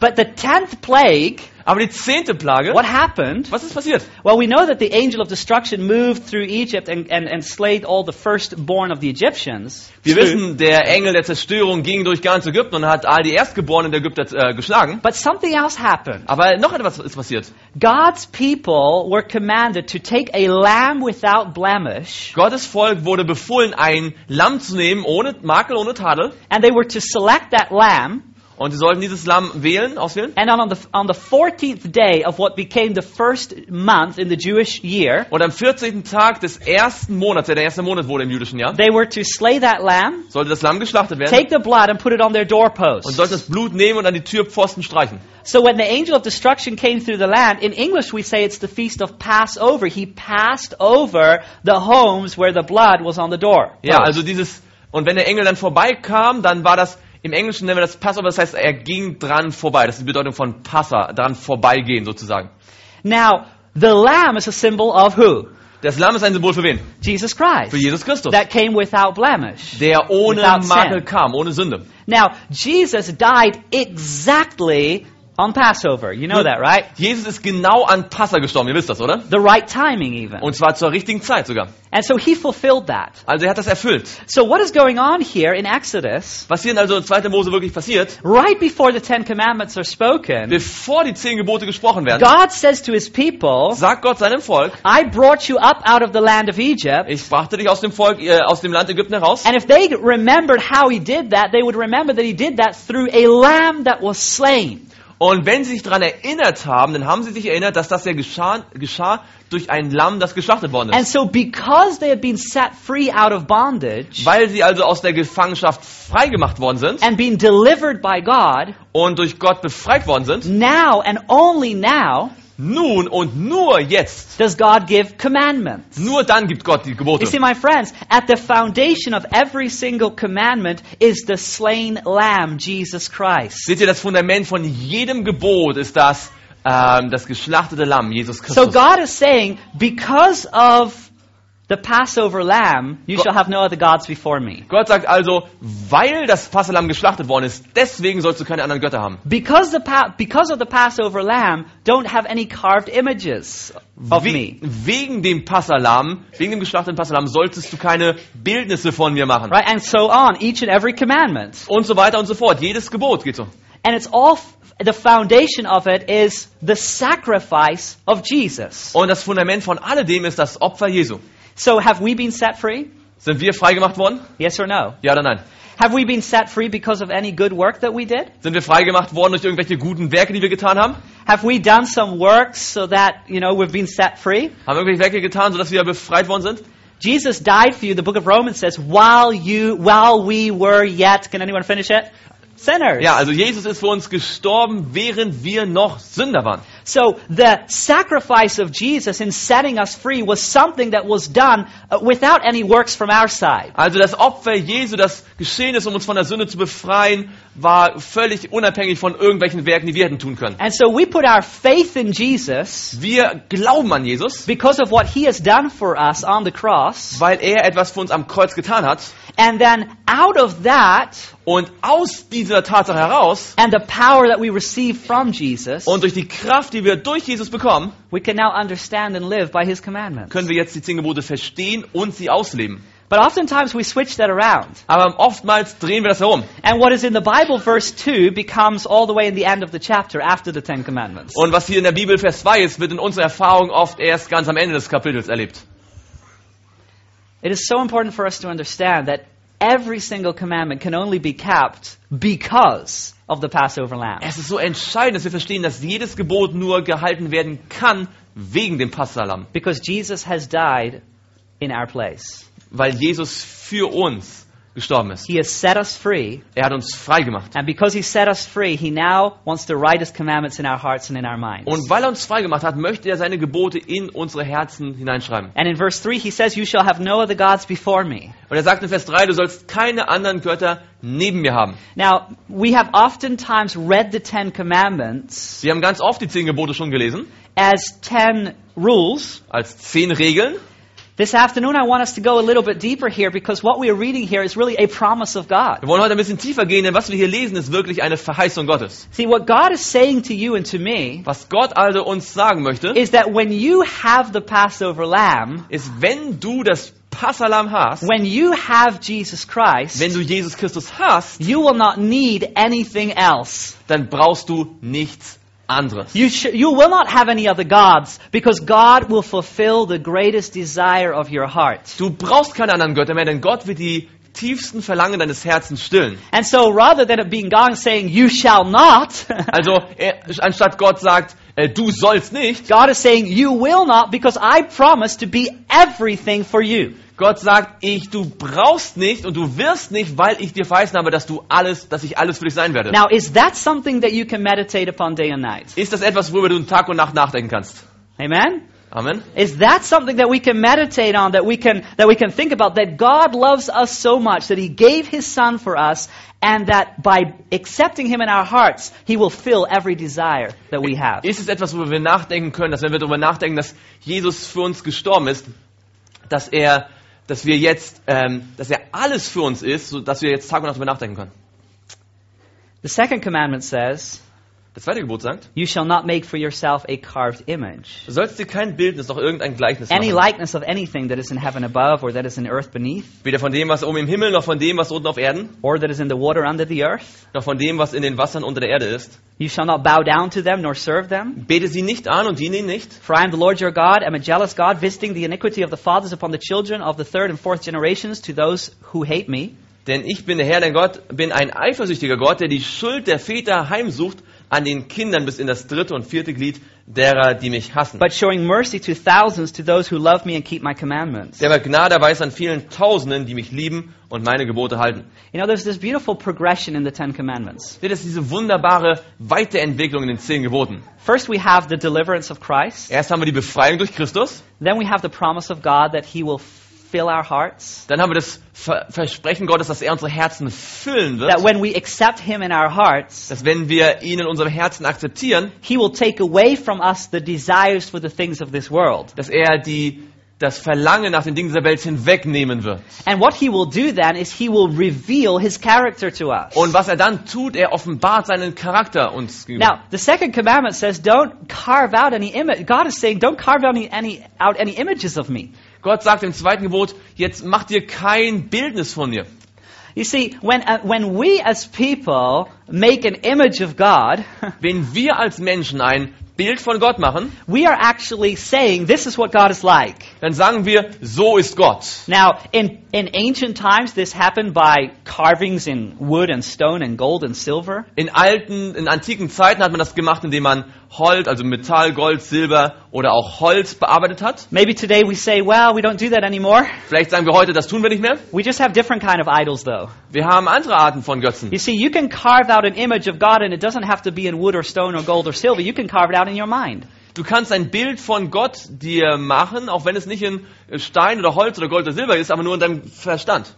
A: But the tenth plague,
B: Aber die zehnte Plage,
A: what happened?
B: was ist passiert?
A: Well, we know that the angel of destruction moved through Egypt and, and, and slayed all the firstborn of the Egyptians.
B: Wir wissen, der Engel der Zerstörung ging durch ganz Ägypten und hat all die Erstgeborenen der Ägypter äh, geschlagen.
A: But something else happened.
B: Aber noch etwas ist passiert.
A: God's people were commanded to take a lamb without blemish,
B: Gottes Volk wurde befohlen, ein Lamm zu nehmen, ohne Makel, ohne Tadel.
A: and they were to select that lamb.
B: Und sie sollten dieses Lamm wählen, auswählen.
A: And on the, on the 14th day of what became the first month in the Jewish year,
B: Und am 14. Tag des ersten Monats, der der erste Monat wurde im jüdischen Jahr,
A: they were to slay that lamb,
B: sollte das Lamm geschlachtet werden
A: take the blood, and put it on their
B: und
A: doorposts.
B: sollte das Blut nehmen und an die Türpfosten streichen.
A: So when the angel of destruction came through the land, in English we say it's the feast of Passover. He passed over the homes where the blood was on the door.
B: Ja, also dieses, und wenn der Engel dann vorbeikam, dann war das, im Englischen nennen wir das Passover, das heißt, er ging dran vorbei. Das ist die Bedeutung von Passa, dran vorbeigehen sozusagen.
A: Now, the lamb is a symbol of who?
B: Das Lamm ist ein Symbol für wen?
A: Jesus Christ.
B: Für Jesus Christus,
A: That came without blemish.
B: der ohne
A: Without sin.
B: Makel kam, ohne Sünde.
A: Now, Jesus died exactly on Passover. You know that, right?
B: Jesus ist genau an Passa gestorben, ihr wisst das, oder?
A: The right timing, even.
B: Und zwar zur richtigen Zeit sogar.
A: And so he fulfilled that.
B: Also er hat das erfüllt.
A: So, what is going on here in Exodus?
B: Was hier also in 2. Mose wirklich passiert,
A: Right before the Ten Commandments are spoken,
B: bevor die zehn Gebote gesprochen werden,
A: God says to his people,
B: sagt Gott seinem Volk,
A: I brought you up out of the land of Egypt.
B: ich brachte dich aus dem Volk, äh, aus dem Land Ägypten heraus.
A: And if they remembered how he did that, they would remember that he did that through a lamb that was slain.
B: Und wenn sie sich daran erinnert haben, dann haben sie sich erinnert, dass das ja geschah, geschah durch ein Lamm, das geschlachtet worden
A: And
B: ist.
A: so, because they had been set free out of bondage
B: Weil sie also aus der Gefangenschaft freigemacht worden sind
A: and been delivered by God,
B: und durch Gott befreit worden sind,
A: now and only now
B: nun und nur jetzt,
A: does God give commandments.
B: nur dann gibt Gott die
A: You see,
B: Gebote.
A: my friends, at the foundation of every single commandment is the slain lamb, Jesus Christ.
B: Seht ihr, das Fundament von jedem Gebot ist das, ähm, das geschlachtete Lamm, Jesus
A: So
B: Christus.
A: God is saying, because of the Passover lamb, you shall have no other gods before me.
B: Gott sagt also, weil das Passalam geschlachtet worden ist, deswegen sollst du keine anderen Götter haben.
A: Because, the pa- because of the Passover lamb, don't have any carved images of
B: We
A: me.
B: wegen dem Passalam, wegen dem geschlachteten Passalam solltest du keine Bildnisse von mir machen.
A: Right? And so on, each and every commandment.
B: Und so weiter und so fort. Jedes Gebot geht so.
A: And it's all, f- the foundation of it is the sacrifice of Jesus.
B: Und das Fundament von alledem ist das Opfer Jesu.
A: So have we been set free?
B: Sind wir freigemacht worden?
A: Yes or no?
B: Ja oder nein?
A: Have we been set free because of any good work that we did?
B: Sind wir freigemacht worden durch irgendwelche guten Werke, die wir getan haben?
A: Have we done some works so that, you know, we've been set free?
B: Haben wir irgendwelche Werke getan, sodass wir befreit worden sind?
A: Jesus died for you. The book of Romans says, while you, while we were yet, can anyone finish it? Sinners.
B: Ja, also Jesus ist für uns gestorben, während wir noch Sünder waren.
A: So the sacrifice of Jesus in setting us free was something that was done uh, without any works from our side.
B: Also das Opfer Jesu, das geschehen ist, um uns von der Sünde zu befreien, war völlig unabhängig von irgendwelchen Werken, die wir hätten tun können.
A: And so we put our faith in Jesus
B: Wir glauben an Jesus,
A: because of what he has done for us on the cross.
B: weil er etwas für uns am Kreuz getan hat.
A: And then out of that,
B: Und aus dieser Tatsache heraus
A: and the power that we receive from Jesus,
B: und durch die Kraft, die wir durch Jesus bekommen,
A: we can now understand and live by his commandments.
B: können wir jetzt die zehn Gebote verstehen und sie ausleben.
A: But oftentimes we switch that around.
B: Aber oftmals drehen wir das herum.
A: And what is in the Bible, verse 2, becomes all the way in the end of the chapter after the Ten Commandments.
B: Und was hier in der Bibel Vers 2 ist, wird in unserer Erfahrung oft erst ganz am Ende des Kapitels erlebt.
A: It is so important for us to understand that every single commandment can only be kept because of the Passover lamb.
B: Es ist so entscheidend, dass wir verstehen, dass jedes Gebot nur gehalten werden kann wegen dem Passalam,
A: Because Jesus has died in our place.
B: weil Jesus für uns gestorben ist.
A: He has set us free,
B: Er hat uns frei gemacht.
A: and because He set us free, He now wants to write His commandments in our hearts and in our minds.
B: Und weil er uns frei gemacht hat, möchte er seine Gebote in unsere Herzen hineinschreiben.
A: And in verse 3, he says, You shall have no other gods before me.
B: Und er sagt in Vers 3, du sollst keine anderen Götter neben mir haben.
A: Now, we have oftentimes read the Ten Commandments
B: Wir haben ganz oft die zehn Gebote schon gelesen,
A: as ten rules,
B: als zehn Regeln,
A: This afternoon, I want us to go a little bit deeper here because what we are reading here is really a promise of God.
B: Wir wollen heute ein bisschen tiefer gehen, denn was wir hier lesen, ist wirklich eine Verheißung Gottes.
A: See, what God is saying to you and to me
B: Was Gott also uns sagen möchte,
A: is that when you have the Passover lamb,
B: ist, wenn du das Passalam hast,
A: when you have Jesus Christ,
B: wenn du Jesus Christus hast,
A: you will not need anything else.
B: dann brauchst du nichts anderes.
A: You, sh- you will not have any other gods because God will fulfill the greatest desire of your heart.
B: Du brauchst keine anderen Götter mehr, denn Gott wird die tiefsten Verlangen deines Herzens stillen.
A: And so rather than it being God saying, you shall not, <laughs>
B: Also, er, anstatt Gott sagt, äh, du sollst nicht,
A: God is saying, you will not because I promise to be everything for you.
B: Gott sagt, ich, du brauchst nicht und du wirst nicht, weil ich dir verheißen habe, dass du alles, dass ich alles für dich sein werde.
A: Now, is that something that you can meditate upon day and night?
B: Ist das etwas, worüber du Tag und Nacht nachdenken kannst?
A: Amen?
B: Amen.
A: Is that something that we can meditate on, that we can, that we can think about, that God loves us so much, that He gave His Son for us, and that by accepting Him in our hearts, He will fill every desire that we have?
B: Ist es etwas, worüber wir nachdenken können, dass wenn wir darüber nachdenken, dass Jesus für uns gestorben ist, dass er, dass wir jetzt, ähm, dass er alles für uns ist, so dass wir jetzt Tag und Nacht darüber nachdenken können?
A: The second commandment says,
B: Das zweite Gebot sagt,
A: You shall not make for yourself a carved image.
B: du sollst dir kein Bildnis noch irgendein Gleichnis
A: Any
B: machen.
A: likeness of anything that is in heaven above, or that is in earth beneath,
B: Weder von dem, was oben im Himmel, noch von dem, was unten auf Erden,
A: or that is in the water under the earth.
B: noch von dem, was in den Wassern unter der Erde ist.
A: You shall not bow down to them nor serve them.
B: Bete sie nicht an und diene ihnen nicht.
A: For I am the Lord your God, am a jealous God, visiting the iniquity of the fathers upon the children of the third and fourth generations to those who hate me,
B: Denn ich bin der Herr, dein Gott, bin ein eifersüchtiger Gott, der die Schuld der Väter heimsucht an den Kindern bis in das dritte und vierte Glied derer, die mich hassen.
A: but showing mercy to thousands to those who love me and keep my commandments.
B: Der aber Gnade erweist an vielen Tausenden, die mich lieben und meine Gebote halten.
A: You know, there's this beautiful progression in the Ten Commandments.
B: Seht ihr, Das ist diese wunderbare Weiterentwicklung in den zehn Geboten.
A: First, we have the deliverance of Christ.
B: Erst haben wir die Befreiung durch Christus,
A: Then we have the promise of God that He will fill our hearts.
B: dann haben wir das Ver Versprechen Gottes, dass er unsere Herzen füllen
A: That
B: wird,
A: when we accept Him in our hearts,
B: dass wenn wir ihn in unserem Herzen akzeptieren,
A: He will take away from us the desires for the things of this world.
B: dass er die, das Verlangen nach den Dingen dieser Welt hinwegnehmen wird.
A: And what He will do then is He will reveal His character to us.
B: Und was er dann tut, er offenbart seinen Charakter uns gegenüber.
A: Now, the second commandment says, don't carve out any image. God is saying, don't carve out any, any, out any images of me.
B: Gott sagt im zweiten Gebot, jetzt mach dir kein Bildnis von mir.
A: You see, when, uh, when we as people make an image of God, <laughs>
B: Wenn wir als Menschen ein Bild von Gott machen,
A: we are actually saying, this is what God is like.
B: dann sagen wir, so ist Gott.
A: Now, in, in ancient times, this happened by carvings in wood and stone and gold and silver.
B: In alten, in antiken Zeiten hat man das gemacht, indem man Holz, also Metall, Gold, Silber oder auch Holz bearbeitet hat.
A: Maybe today we say, well, we don't do that anymore. <laughs>
B: Vielleicht sagen wir heute, das tun wir nicht mehr.
A: We just have different kind of idols, though.
B: Wir haben andere Arten von Götzen.
A: You see, you can carve out an image of God, and it doesn't have to be in wood or stone or gold or silver. You can carve it out in your mind.
B: Du kannst ein Bild von Gott dir machen, auch wenn es nicht in Stein oder Holz oder Gold oder Silber ist, aber nur in deinem Verstand.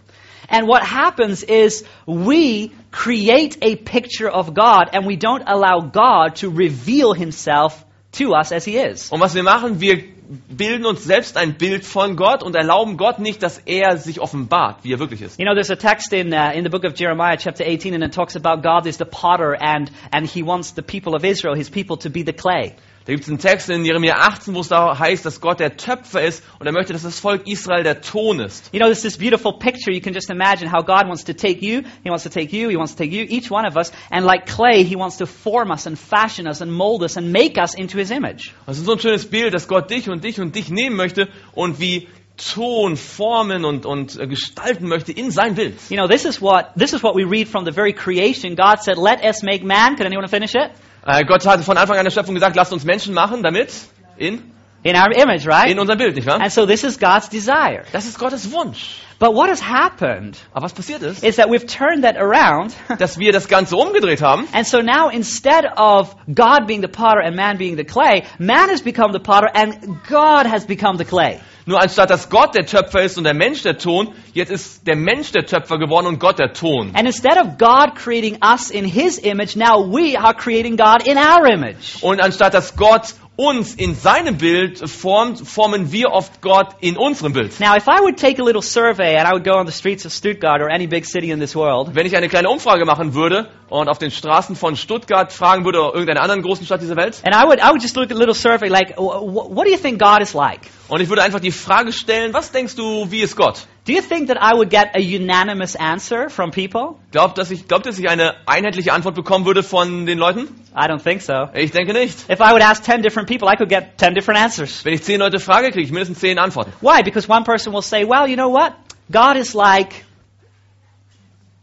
A: And what happens is we create a picture of God, and we don't allow God to reveal Himself to us as He is.
B: Und was wir machen, wir bilden uns selbst ein Bild von Gott und erlauben Gott nicht, dass er sich offenbart, wie er wirklich ist.
A: You know, there's a text in uh, in the book of Jeremiah, chapter 18, and it talks about God is the potter, and and He wants the people of Israel, His people, to be the clay.
B: Da gibt es einen Text in Jeremia 18, wo es da heißt, dass Gott der Töpfer ist und er möchte, dass das Volk Israel der Ton ist.
A: You know, there's this beautiful picture. You can just imagine how God wants to take you. He wants to take you. He wants to take you, each one of us. And like clay, He wants to form us and fashion us and mold us and make us into His image.
B: Das ist so ein schönes Bild, dass Gott dich und dich und dich nehmen möchte und wie Ton formen und, und äh, gestalten möchte in sein Bild.
A: You know, this is what, this is what we read from the very creation. God said, let us make man. Could anyone finish it?
B: Äh, Gott hat von Anfang an der Schöpfung gesagt, lasst uns Menschen machen, damit in,
A: In our image,
B: in
A: right?
B: unserem Bild, nicht wahr?
A: And so this is God's desire.
B: Das ist Gottes Wunsch.
A: But what has happened
B: Aber was passiert ist,
A: is that we've turned that <laughs> around.
B: dass wir das Ganze umgedreht haben
A: And so now instead of God being the potter and man being the clay, man has become the potter and God has become the clay.
B: Nur anstatt dass Gott der Töpfer ist und der Mensch der Ton, jetzt ist der Mensch der Töpfer geworden und Gott der Ton.
A: And instead of God creating us in His image, now we are creating God in our image.
B: Und anstatt dass Gott uns in seinem Bild formt, formen wir oft Gott in unserem Bild.
A: Now, if I would take a little survey and I would go on the streets of Stuttgart or any big city in this world,
B: Wenn ich eine kleine Umfrage machen würde und auf den Straßen von Stuttgart fragen würde oder irgendeiner anderen großen Stadt dieser Welt
A: and I would, I would just look at a little survey like, wh- wh- what do you think God is like?
B: und ich würde einfach die Frage stellen, was denkst du, wie ist Gott?
A: Do you think that I would get a unanimous answer from people?
B: Glaubt, dass ich, glaubt, dass ich eine einheitliche Antwort bekommen würde von den Leuten?
A: I don't think so.
B: Ich denke nicht.
A: If I would ask 10 different people, I could get 10 different answers.
B: Wenn ich zehn Leute frage, kriege ich mindestens zehn Antworten.
A: Why? Because one person will say, well, you know what? God is like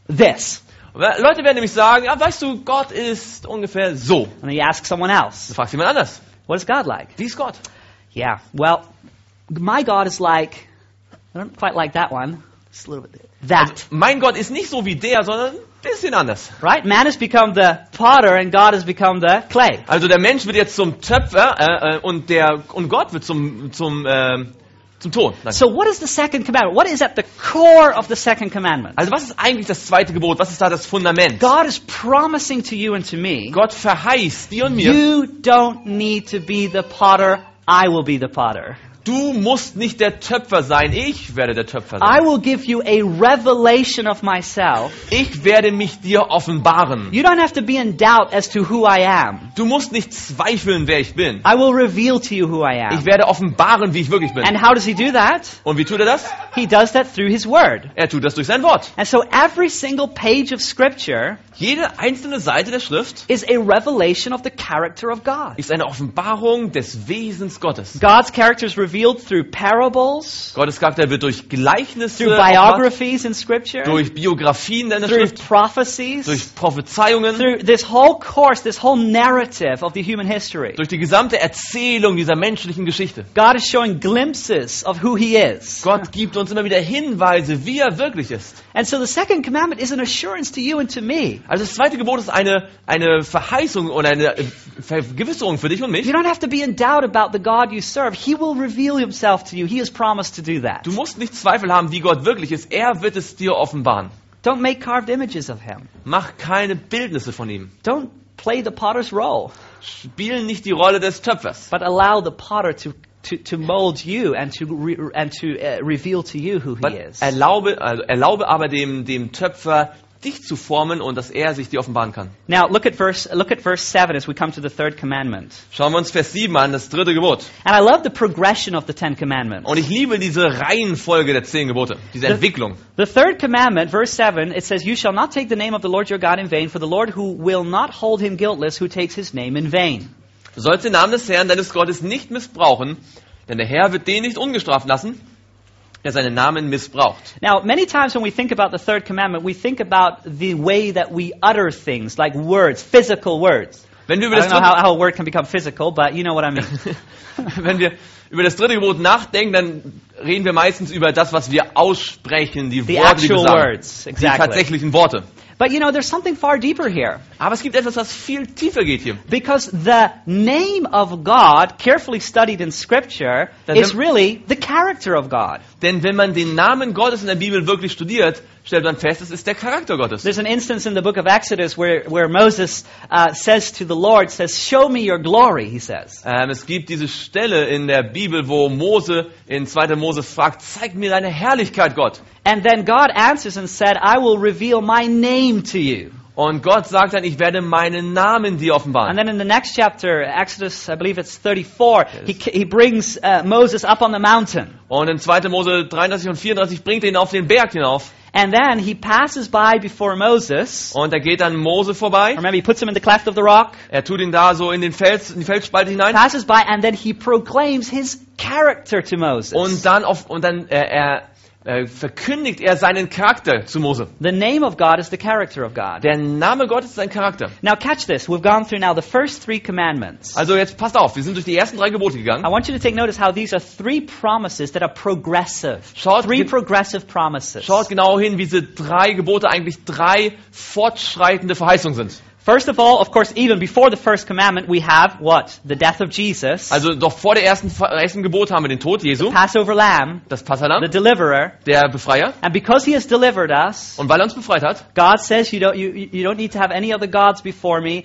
A: this.
B: Weil Leute werden nämlich sagen, ja, weißt du, Gott ist ungefähr so.
A: And then you ask someone
B: Du
A: else,
B: fragst jemand anders.
A: what is God like?
B: Wie ist Gott?
A: Yeah, well, my God is like, I don't quite like that one. Just a little bit. That.
B: Mein Gott ist nicht so wie der, sondern ein bisschen anders.
A: Right? Man has become the potter and God has become the clay.
B: Also der Mensch wird jetzt zum Töpfer äh, äh, und, der, und Gott wird zum, zum, ähm, zum Ton. Danke.
A: So what is the second commandment? What is at the core of the second commandment?
B: Also was ist eigentlich das zweite Gebot? Was ist da das Fundament?
A: God is promising to you and to me,
B: Gott verheißt dir und mir,
A: you don't need to be the potter, I will be the potter.
B: du musst nicht der Töpfer sein, ich werde der Töpfer
A: I
B: sein.
A: will give you a revelation of myself.
B: Ich werde mich dir offenbaren.
A: You don't have to be in doubt as to who I am.
B: Du musst nicht zweifeln, wer ich bin.
A: I will reveal to you who I
B: Ich
A: am.
B: werde offenbaren, wie ich wirklich bin.
A: And how does he do that?
B: Und wie tut er das?
A: He does that through his word.
B: Er tut das durch sein Wort.
A: And so every single page of scripture
B: Jede einzelne Seite der Schrift
A: is a revelation of the character of God.
B: ist eine Offenbarung des Wesens Gottes.
A: God's character is revealed through parables,
B: Gottes Charakter wird durch Gleichnisse,
A: through
B: offenbart,
A: biographies in scripture,
B: durch Biografien in der
A: through
B: Schrift,
A: prophecies,
B: durch Prophezeiungen,
A: through this whole course, this whole narrative of the human history.
B: durch die gesamte Erzählung dieser menschlichen Geschichte.
A: God is showing glimpses of who he is.
B: Gott gibt uns immer wieder Hinweise, wie er wirklich ist.
A: And so the second commandment is an assurance to you and to me.
B: Also das zweite Gebot ist eine, eine Verheißung oder eine äh, Vergewisserung für dich und
A: You
B: mich.
A: don't have to be in doubt about the God you serve. He will reveal himself to you. He has promised to do that.
B: Du musst nicht Zweifel haben, wie Gott wirklich ist. Er wird es dir offenbaren.
A: Don't make carved images of him.
B: Mach keine Bildnisse von ihm.
A: Don't play the potter's role,
B: Spiel nicht die Rolle des Töpfers,
A: but allow the potter to, to, to mold you and to, re, and to uh, reveal to you who he is.
B: erlaube, also erlaube aber dem, dem Töpfer, dich zu formen und dass er sich dir offenbaren kann.
A: Now look at verse look at verse 7 as we come to the third commandment.
B: Schauen wir uns Vers 7 an, das dritte Gebot.
A: And I love the progression of the 10 commandments.
B: Und ich liebe diese Reihenfolge der zehn Gebote, diese
A: Das-
B: Entwicklung.
A: The third commandment, verse 7, it says, You shall not take the name of the Lord your God in vain, for the Lord who will not hold him guiltless who takes his name in vain.
B: Du sollst den Namen des Herrn, deines Gottes, nicht missbrauchen, denn der Herr wird den nicht ungestraft lassen, der seinen Namen missbraucht.
A: Now, many times when we think about the third commandment, we think about the way that we utter things, like words, physical words.
B: Wenn wir über
A: I
B: das
A: don't know how,
B: dritte,
A: how a word can become physical, but you know what I mean.
B: <laughs> wenn wir über das dritte Gebot nachdenken, dann reden wir meistens über das, was wir aussprechen, die
A: The
B: Worte, die wir
A: actual
B: sagen,
A: words,
B: die
A: exactly.
B: tatsächlichen Worte.
A: But you know, there's something far deeper here.
B: Aber es gibt etwas, was viel tiefer geht hier.
A: Because the name of God, carefully studied in Scripture,
B: The
A: is
B: num-
A: really the character of God.
B: Denn wenn man den Namen Gottes in der Bibel wirklich studiert, stellt man fest, es ist der Charakter Gottes.
A: There's an instance in the book of Exodus where, where Moses uh, says to the Lord, says, Show me your glory, he says.
B: Ähm, es gibt diese Stelle in der Bibel, wo Mose in 2. Mose fragt, zeig mir deine Herrlichkeit, Gott.
A: And then God answers and said, I will reveal my name to you.
B: Und Gott sagt dann, ich werde meinen Namen dir
A: And
B: offenbaren.
A: then in the next chapter, Exodus, I believe it's 34, he, he brings uh, Moses up on the mountain.
B: Und in 2. Mose 33 und 34 bringt er ihn auf den Berg hinauf.
A: And then he passes by before Moses.
B: Und da geht dann Mose vorbei.
A: Remember, he puts him in the cleft of the rock.
B: Er tut ihn da so in den Fels, in die Felsspalte hinein.
A: passes by and then he proclaims his character to Moses.
B: Und dann, auf, und dann äh, er, äh, verkündigt er seinen Charakter zu Mose.
A: the name of God is the character of God.
B: Der Name Gottes ist sein Charakter.
A: Now catch this. We've gone through now the first three commandments.
B: Also jetzt passt auf, wir sind durch die ersten drei Gebote
A: I
B: gegangen.
A: want you to take notice how these are three promises that are progressive.
B: Schaut,
A: Three
B: ge
A: progressive promises.
B: schaut genau hin, wie diese drei Gebote eigentlich drei fortschreitende Verheißungen sind.
A: First of all, of course, even before the first commandment, we have what? The death of Jesus,
B: Also doch vor der ersten, Ver- ersten Gebot haben wir den Tod Jesu,
A: Passover lamb,
B: das
A: the
B: Passalam,
A: deliverer.
B: der Befreier.
A: And because he has delivered us,
B: Und weil er uns befreit hat,
A: God says you don't, you, you don't need to have any other gods before me.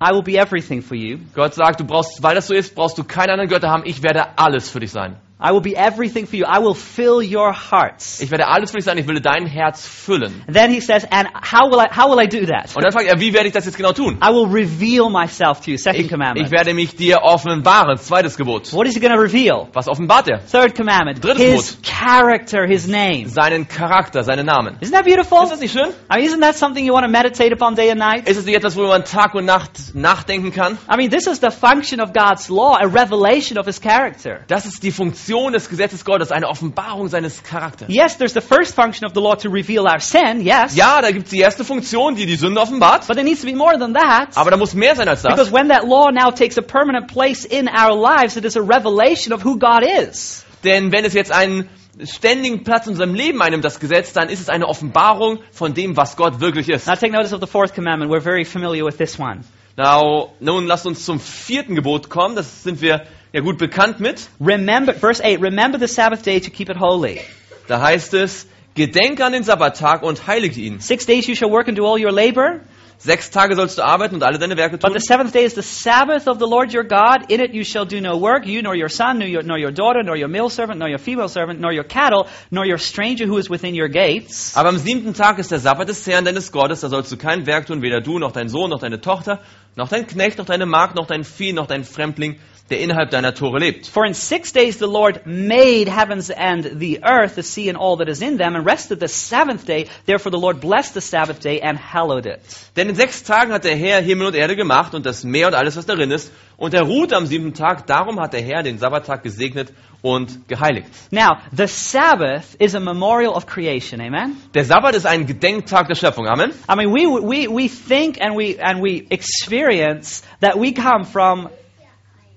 A: I will be everything for you.
B: Gott sagt, du brauchst, weil das so ist, brauchst du keine anderen Götter haben. Ich werde alles für dich sein.
A: I will be everything for you. I will fill your hearts.
B: Ich werde alles für dich sein. Ich will dein Herz füllen.
A: And then he says, and how will I, how will I do that?
B: Und dann fragt er, wie werde ich das jetzt genau tun?
A: I will reveal myself to you. Second
B: Ich,
A: commandment.
B: ich werde mich dir offenbaren. Zweites Gebot.
A: what is he going to reveal?
B: Was offenbart er?
A: Third commandment.
B: Drittes
A: his
B: Gebot.
A: character, his name.
B: Seinen Charakter, seinen Namen.
A: Isn't that beautiful?
B: Ist das nicht schön?
A: I mean, isn't that something you want to meditate upon day and night?
B: Ist es nicht etwas, worüber man Tag und Nacht nachdenken kann?
A: I mean, this is the function of God's law, a revelation of his character.
B: Das ist die Funktion des Gesetzes Gottes, eine Offenbarung seines Charakters.
A: Yes, there's the first function of the law to reveal our sin, yes.
B: Ja, da gibt es die erste Funktion, die die Sünde offenbart.
A: But there needs to be more than that.
B: Aber da muss mehr sein als das.
A: Because when that law now takes a permanent place in our lives, it is a revelation of who God is.
B: Denn wenn es jetzt einen ständigen Platz in unserem Leben einnimmt, das Gesetz, dann ist es eine Offenbarung von dem, was Gott wirklich ist.
A: Now take notice of the fourth commandment. We're very familiar with this one.
B: Now, nun lasst uns zum vierten Gebot kommen. Das sind wir ja gut bekannt mit.
A: Remember, verse 8, remember the Sabbath day to keep it holy.
B: Da heißt es, Gedenke an den Sabbattag und heilige ihn.
A: Six days you shall work and do all your labor,
B: Sechs Tage sollst du arbeiten und alle deine Werke
A: but
B: tun.
A: the seventh day is the Sabbath of the Lord your God. In it you shall do no work, you nor your son, nor your, nor your daughter, nor your male servant, nor your female servant, nor your cattle, nor your stranger who is within your gates.
B: Aber am siebten Tag ist der Sabbat des Herrn deines Gottes, da sollst du kein Werk tun, weder du noch dein Sohn noch deine Tochter, noch dein Knecht, noch deine Magd, noch dein Vieh, noch dein Fremdling, der innerhalb deiner Tore lebt.
A: For in six days the Lord made heavens and the earth, the sea and all that is in them, and rested the seventh day. Therefore the Lord blessed the Sabbath day and hallowed it.
B: Denn in sechs Tagen hat der Herr Himmel und Erde gemacht und das Meer und alles, was darin ist. Und er ruhte am siebten Tag, darum hat der Herr den Sabbattag gesegnet und geheiligt.
A: Now, the Sabbath is a memorial of creation, amen?
B: Der Sabbat ist ein Gedenktag der Schöpfung. Amen.
A: I mean, we, we, we think and we, and we experience that we come from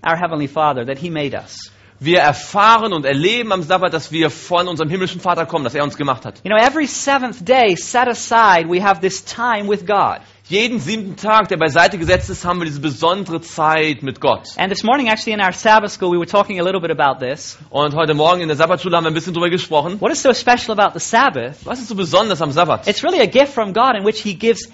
A: our Heavenly Father, that He made us.
B: Wir erfahren und erleben am Sabbat, dass wir von unserem himmlischen Vater kommen, dass er uns gemacht hat.
A: You know, every seventh day set aside, we have this time with God.
B: Jeden siebten Tag, der beiseite gesetzt ist, haben wir diese besondere Zeit mit Gott.
A: And this morning, actually, in our Sabbath school, we were talking a little bit about this.
B: Und heute Morgen in der Sabbatschule haben wir ein bisschen drüber gesprochen.
A: What is so special about the Sabbath?
B: Was ist so besonders am Sabbat?
A: It's really a gift from God in which He gives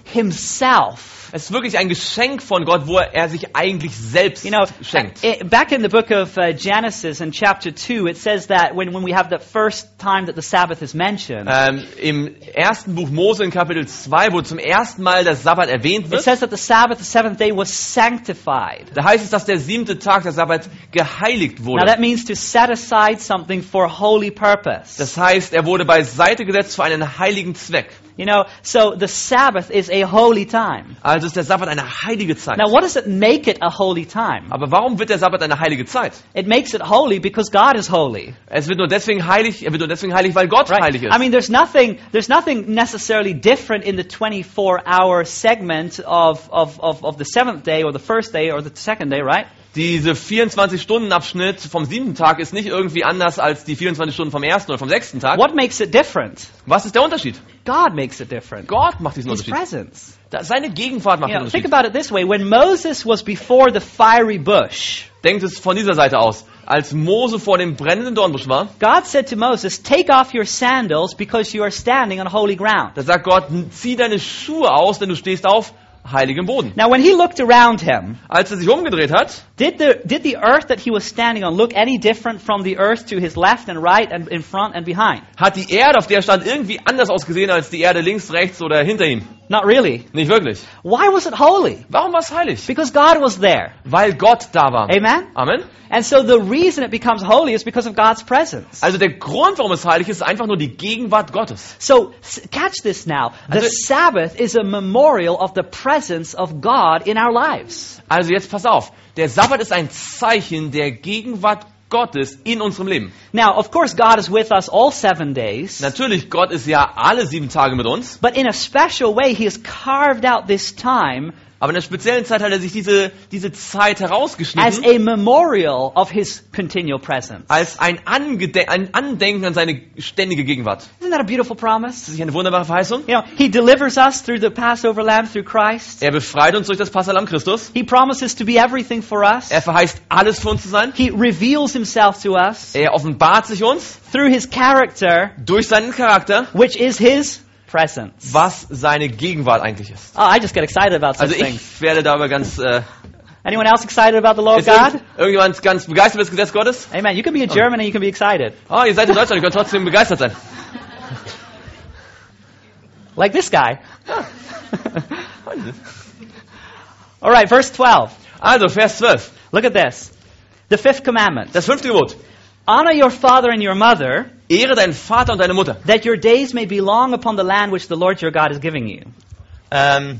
A: Himself.
B: Es ist wirklich ein Geschenk von Gott, wo er sich eigentlich selbst
A: You know,
B: schenkt.
A: eh, back in the book of uh, Genesis in chapter 2, it says that when, when we have the first time that the Sabbath is mentioned,
B: Ähm, Im ersten Buch Mose in Kapitel 2, wo zum ersten Mal der Sabbat erwähnt
A: It
B: wird,
A: says that the Sabbath, the seventh day, was sanctified.
B: da heißt es, dass der siebte Tag, der Sabbat, geheiligt
A: Now
B: wurde.
A: that means to set aside something for holy purpose.
B: Das heißt, er wurde beiseite gesetzt für einen heiligen Zweck.
A: You know, so the Sabbath is a holy time.
B: Also ist der Sabbat eine heilige Zeit.
A: Now, what does it make it a holy time?
B: Aber warum wird der Sabbat eine heilige Zeit?
A: It makes it holy because God is holy.
B: Es wird nur deswegen heilig, er wird nur deswegen heilig, weil Gott heilig ist.
A: I mean, there's nothing, there's nothing necessarily different in the 24-hour segment of, of, of, of the seventh day or the first day or the second day, right?
B: Diese 24-Stunden-Abschnitt vom siebten Tag ist nicht irgendwie anders als die 24 Stunden vom ersten oder vom sechsten Tag.
A: What makes it different?
B: Was ist der Unterschied?
A: God makes it different.
B: Gott macht diesen
A: His
B: Unterschied.
A: presence.
B: Da- Seine Gegenwart macht
A: You know,
B: den
A: think
B: Unterschied.
A: about it this way. When Moses was before the fiery bush,
B: Denkt es von dieser Seite aus. Als Mose vor dem brennenden Dornbusch war,
A: God said to Moses, Take off your sandals because you are standing on holy ground.
B: da sagt Gott, zieh deine Schuhe aus, denn du stehst auf heiligem Boden.
A: Now, when he looked around him,
B: Als er sich umgedreht hat,
A: did the, did the earth that he was standing on look any different from the earth to his left and right and in front and behind?
B: hat die Erde, auf der er stand, irgendwie anders ausgesehen als die Erde links, rechts oder hinter ihm.
A: Not really.
B: Nicht wirklich.
A: Why was it holy?
B: Warum war es heilig?
A: Because God was there.
B: Weil Gott da war.
A: Amen?
B: Amen.
A: And so the reason it becomes holy is because of God's presence.
B: Also der Grund, warum es heilig ist, ist einfach nur die Gegenwart Gottes.
A: So, s- catch this now. The
B: Also-
A: Sabbath is a memorial of the presence of God in our lives.
B: Also jetzt pass auf. Der Sabbat ist ein Zeichen der Gegenwart Gottes in unserem Leben.
A: Now, of course, God is with us all seven days,
B: Natürlich, Gott ist ja alle sieben Tage mit uns,
A: but in a special way, He has carved out this time
B: aber in der speziellen Zeit hat er sich diese, diese Zeit
A: as
B: herausgeschnitten
A: a memorial of His continual presence.
B: als ein, Angede ein Andenken an seine ständige Gegenwart.
A: Isn't that a beautiful
B: Das
A: promise?
B: ist nicht eine wunderbare Verheißung.
A: You know, He delivers us through the Passover lamb through Christ.
B: Er befreit uns durch das Passalam Christus.
A: He promises to be everything for us.
B: Er verheißt alles für uns zu sein.
A: He reveals Himself to us
B: Er offenbart sich uns
A: through His character,
B: durch seinen Charakter,
A: which is His presence.
B: was seine Gegenwart eigentlich ist.
A: Oh, I just get excited about such
B: Also
A: things.
B: ich werde darüber ganz, äh,
A: Anyone else excited about the law of
B: ist irgend-
A: God?
B: irgendjemand ganz begeistert über das Gesetz Gottes?
A: Amen. You can be a German and you can be excited.
B: Oh, ihr seid in Deutschland, ihr könnt trotzdem begeistert sein.
A: Like this guy. <laughs> All right, verse 12.
B: Also, Vers 12.
A: Look at this. The fifth commandment.
B: Das fünfte Gebot.
A: Honor your father and your mother,
B: Ehre deinen Vater und deine Mutter.
A: that your days may be long upon the land which the Lord your God is giving you.
B: Ähm,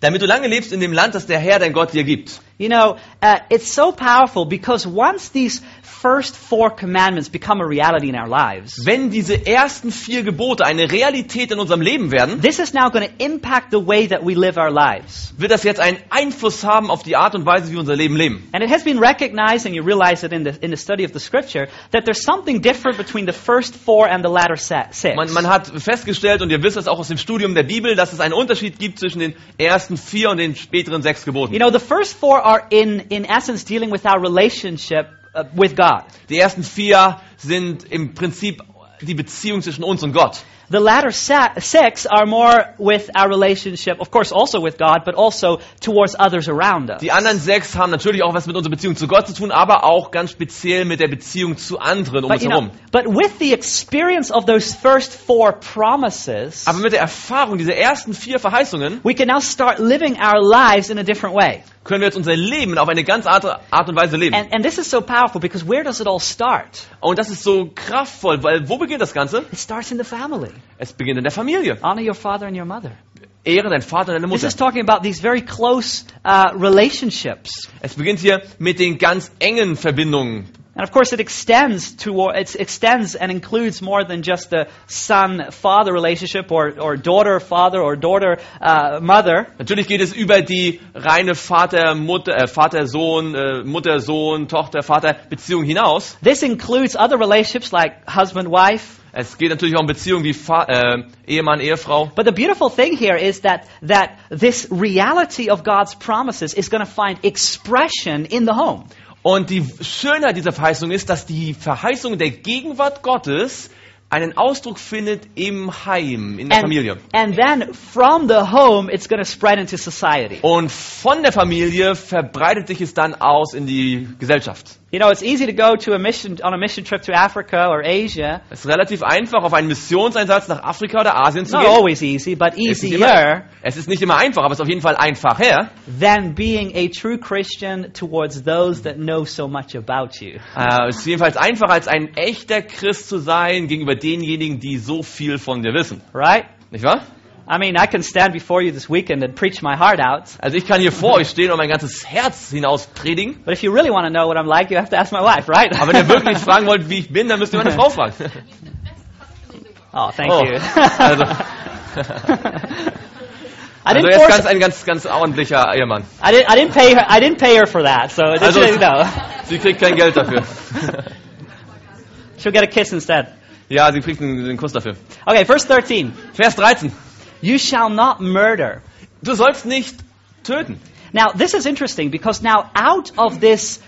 B: damit du lange lebst in dem Land, das der Herr, dein Gott, dir gibt.
A: You know, uh, it's so powerful because once these first four commandments become a reality in our lives,
B: Wenn diese ersten vier Gebote eine Realität in unserem Leben werden,
A: this is now going to impact the way that we live our lives.
B: wird das jetzt einen Einfluss haben auf die Art und Weise, wie wir unser Leben leben.
A: And it has been recognized, and you realize it in the, in the study of the scripture, that there's something different between the first four and the latter set, six.
B: Man, man hat festgestellt, und ihr wisst das auch aus dem Studium der Bibel, dass es einen Unterschied gibt zwischen den ersten vier und den späteren sechs
A: you
B: Geboten.
A: know, the first four are in, in essence dealing with our relationship uh, with God.
B: Die ersten vier sind im Prinzip die Beziehung zwischen uns und Gott.
A: The latter sa- six are more with our relationship, of course, also with God, but also towards others around us.
B: Die anderen sechs haben natürlich auch was mit unserer Beziehung zu Gott zu tun, aber auch ganz speziell mit der Beziehung zu anderen um
A: But,
B: uns
A: you
B: herum.
A: know, but with the experience of those first four promises,
B: Aber mit der Erfahrung dieser ersten vier Verheißungen
A: we can now start living our lives in a different way.
B: können wir jetzt unser Leben auf eine ganz andere Art und Weise leben.
A: And, and this is so powerful because where does it all start?
B: Und das ist so kraftvoll, weil wo beginnt das Ganze?
A: It starts in the family.
B: Es beginnt in der Familie.
A: Honor your father and your mother.
B: Ehre deinen Vater und deine
A: This
B: Mutter.
A: is talking about these very close uh, relationships.
B: Es beginnt hier mit den ganz engen Verbindungen.
A: And of course, it extends to it extends and includes more than just the son-father relationship or, or daughter-father or uh, daughter-mother.
B: Natürlich geht es über die reine Vater, Mutter, äh, Vater, Sohn, äh, Mutter, Sohn, Tochter, Vater Beziehung hinaus.
A: this includes other relationships like husband-wife,
B: Es geht natürlich auch um Beziehungen wie Fa äh, Ehemann, Ehefrau.
A: But the beautiful thing here is that, that this reality of God's promises is going to find expression in the home.
B: Und die Schönheit dieser Verheißung ist, dass die Verheißung der Gegenwart Gottes einen Ausdruck findet im Heim, in der Familie.
A: And, and then from the home, it's going to spread into society.
B: Und von der Familie verbreitet sich es dann aus in die Gesellschaft.
A: You know, it's easy to go to a mission, on a mission trip to Africa or Asia.
B: Es ist relativ einfach, auf einen Missionseinsatz nach Afrika oder Asien zu
A: Not
B: gehen.
A: always easy, but
B: Es ist, nicht immer,
A: easier
B: es ist nicht immer einfach, aber es ist auf jeden Fall einfacher,
A: than being a true Christian towards those that know so much about you.
B: äh, es ist jedenfalls einfacher, als ein echter Christ zu sein gegenüber denjenigen, die so viel von dir wissen.
A: Right?
B: Nicht wahr?
A: I mean, I can stand before you this weekend and preach my heart out.
B: Also ich kann hier vor euch stehen und mein ganzes Herz hinaus predigen.
A: But if you really want to know what I'm like, you have to ask my wife, right?
B: Aber wenn
A: <laughs>
B: ihr wirklich fragen wollt, wie ich bin, dann müsst ihr meine Frau fragen.
A: Oh, thank
B: Oh,
A: you. <laughs>
B: also,
A: I
B: also
A: didn't
B: er ist
A: force.
B: ganz, ein ganz, ganz ordentlicher Ehemann.
A: I didn't. I didn't pay her. I didn't pay her for that. So it
B: Also,
A: should- no,
B: sie kriegt kein Geld dafür.
A: <laughs> she'll get a kiss instead.
B: Ja, sie kriegt einen, einen Kuss dafür.
A: Okay, verse thirteen.
B: Vers 13.
A: You shall not murder.
B: Du sollst nicht töten.
A: Now this is interesting because now out of this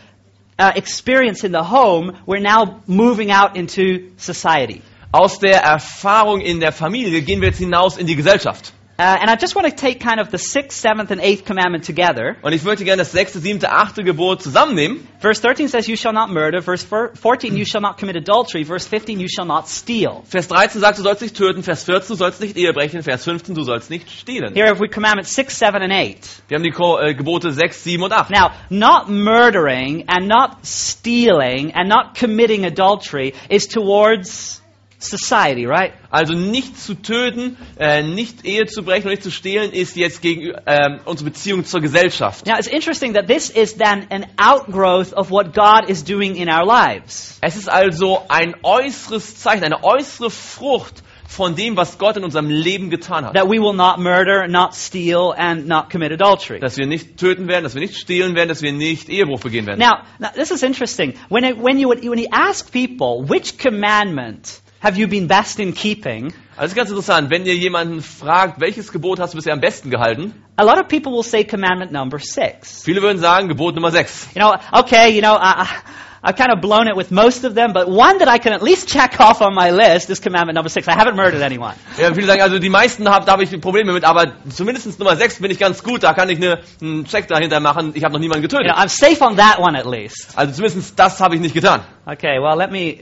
A: uh, experience in the home, we're now moving out into society.
B: Aus der Erfahrung in der Familie gehen wir jetzt hinaus in die Gesellschaft.
A: Uh, and I just want to take kind of the sixth, seventh, and eighth commandment together.
B: Und ich möchte gerne das sechste, siebte, achte Gebot zusammennehmen.
A: Verse 13 says, You shall not murder. Verse four- 14, You shall not commit adultery. Verse 15, You shall not steal.
B: Vers 13 sagt, du sollst nicht töten. Vers 14, du sollst nicht Ehe brechen. Vers 15, du sollst nicht stehlen.
A: Here have we commandments 6, 7, and 8.
B: Wir haben die Ko äh, Gebote 6, 7 und 8.
A: Now, not murdering and not stealing and not committing adultery is towards society, right?
B: Also nicht zu töten, äh, nicht Ehe zu brechen und nicht zu stehlen ist jetzt gegen ähm, unsere Beziehung zur Gesellschaft.
A: Now, it's interesting that this is then an outgrowth of what God is doing in our lives.
B: Es ist also ein äußeres Zeichen, eine äußere Frucht von dem, was Gott in unserem Leben getan hat.
A: That we will not murder, not steal, and not commit adultery.
B: Dass wir nicht töten werden, dass wir nicht stehlen werden, dass wir nicht Ehebruch begehen werden.
A: Now, now this is interesting. When, it, when, you, would- when you ask people, which commandment have you been best in keeping?
B: Also das ist ganz interessant, wenn ihr jemanden fragt, welches Gebot hast du bisher am besten gehalten?
A: A lot of people will say commandment number six.
B: Viele würden sagen, Gebot Nummer 6.
A: You know, okay, you know, I, I- I've kind of blown it with most of them, but one that I can at least check off on my list is commandment number six. I haven't murdered anyone.
B: Ja, viele sagen, also die meisten hab, da habe ich Probleme mit, aber zumindest Nummer 6 bin ich ganz gut, da kann ich eine, einen Check dahinter machen, ich habe noch niemanden
A: You know,
B: getötet.
A: I'm safe on that one at least.
B: Also zumindest das habe ich nicht getan.
A: Okay, well, let me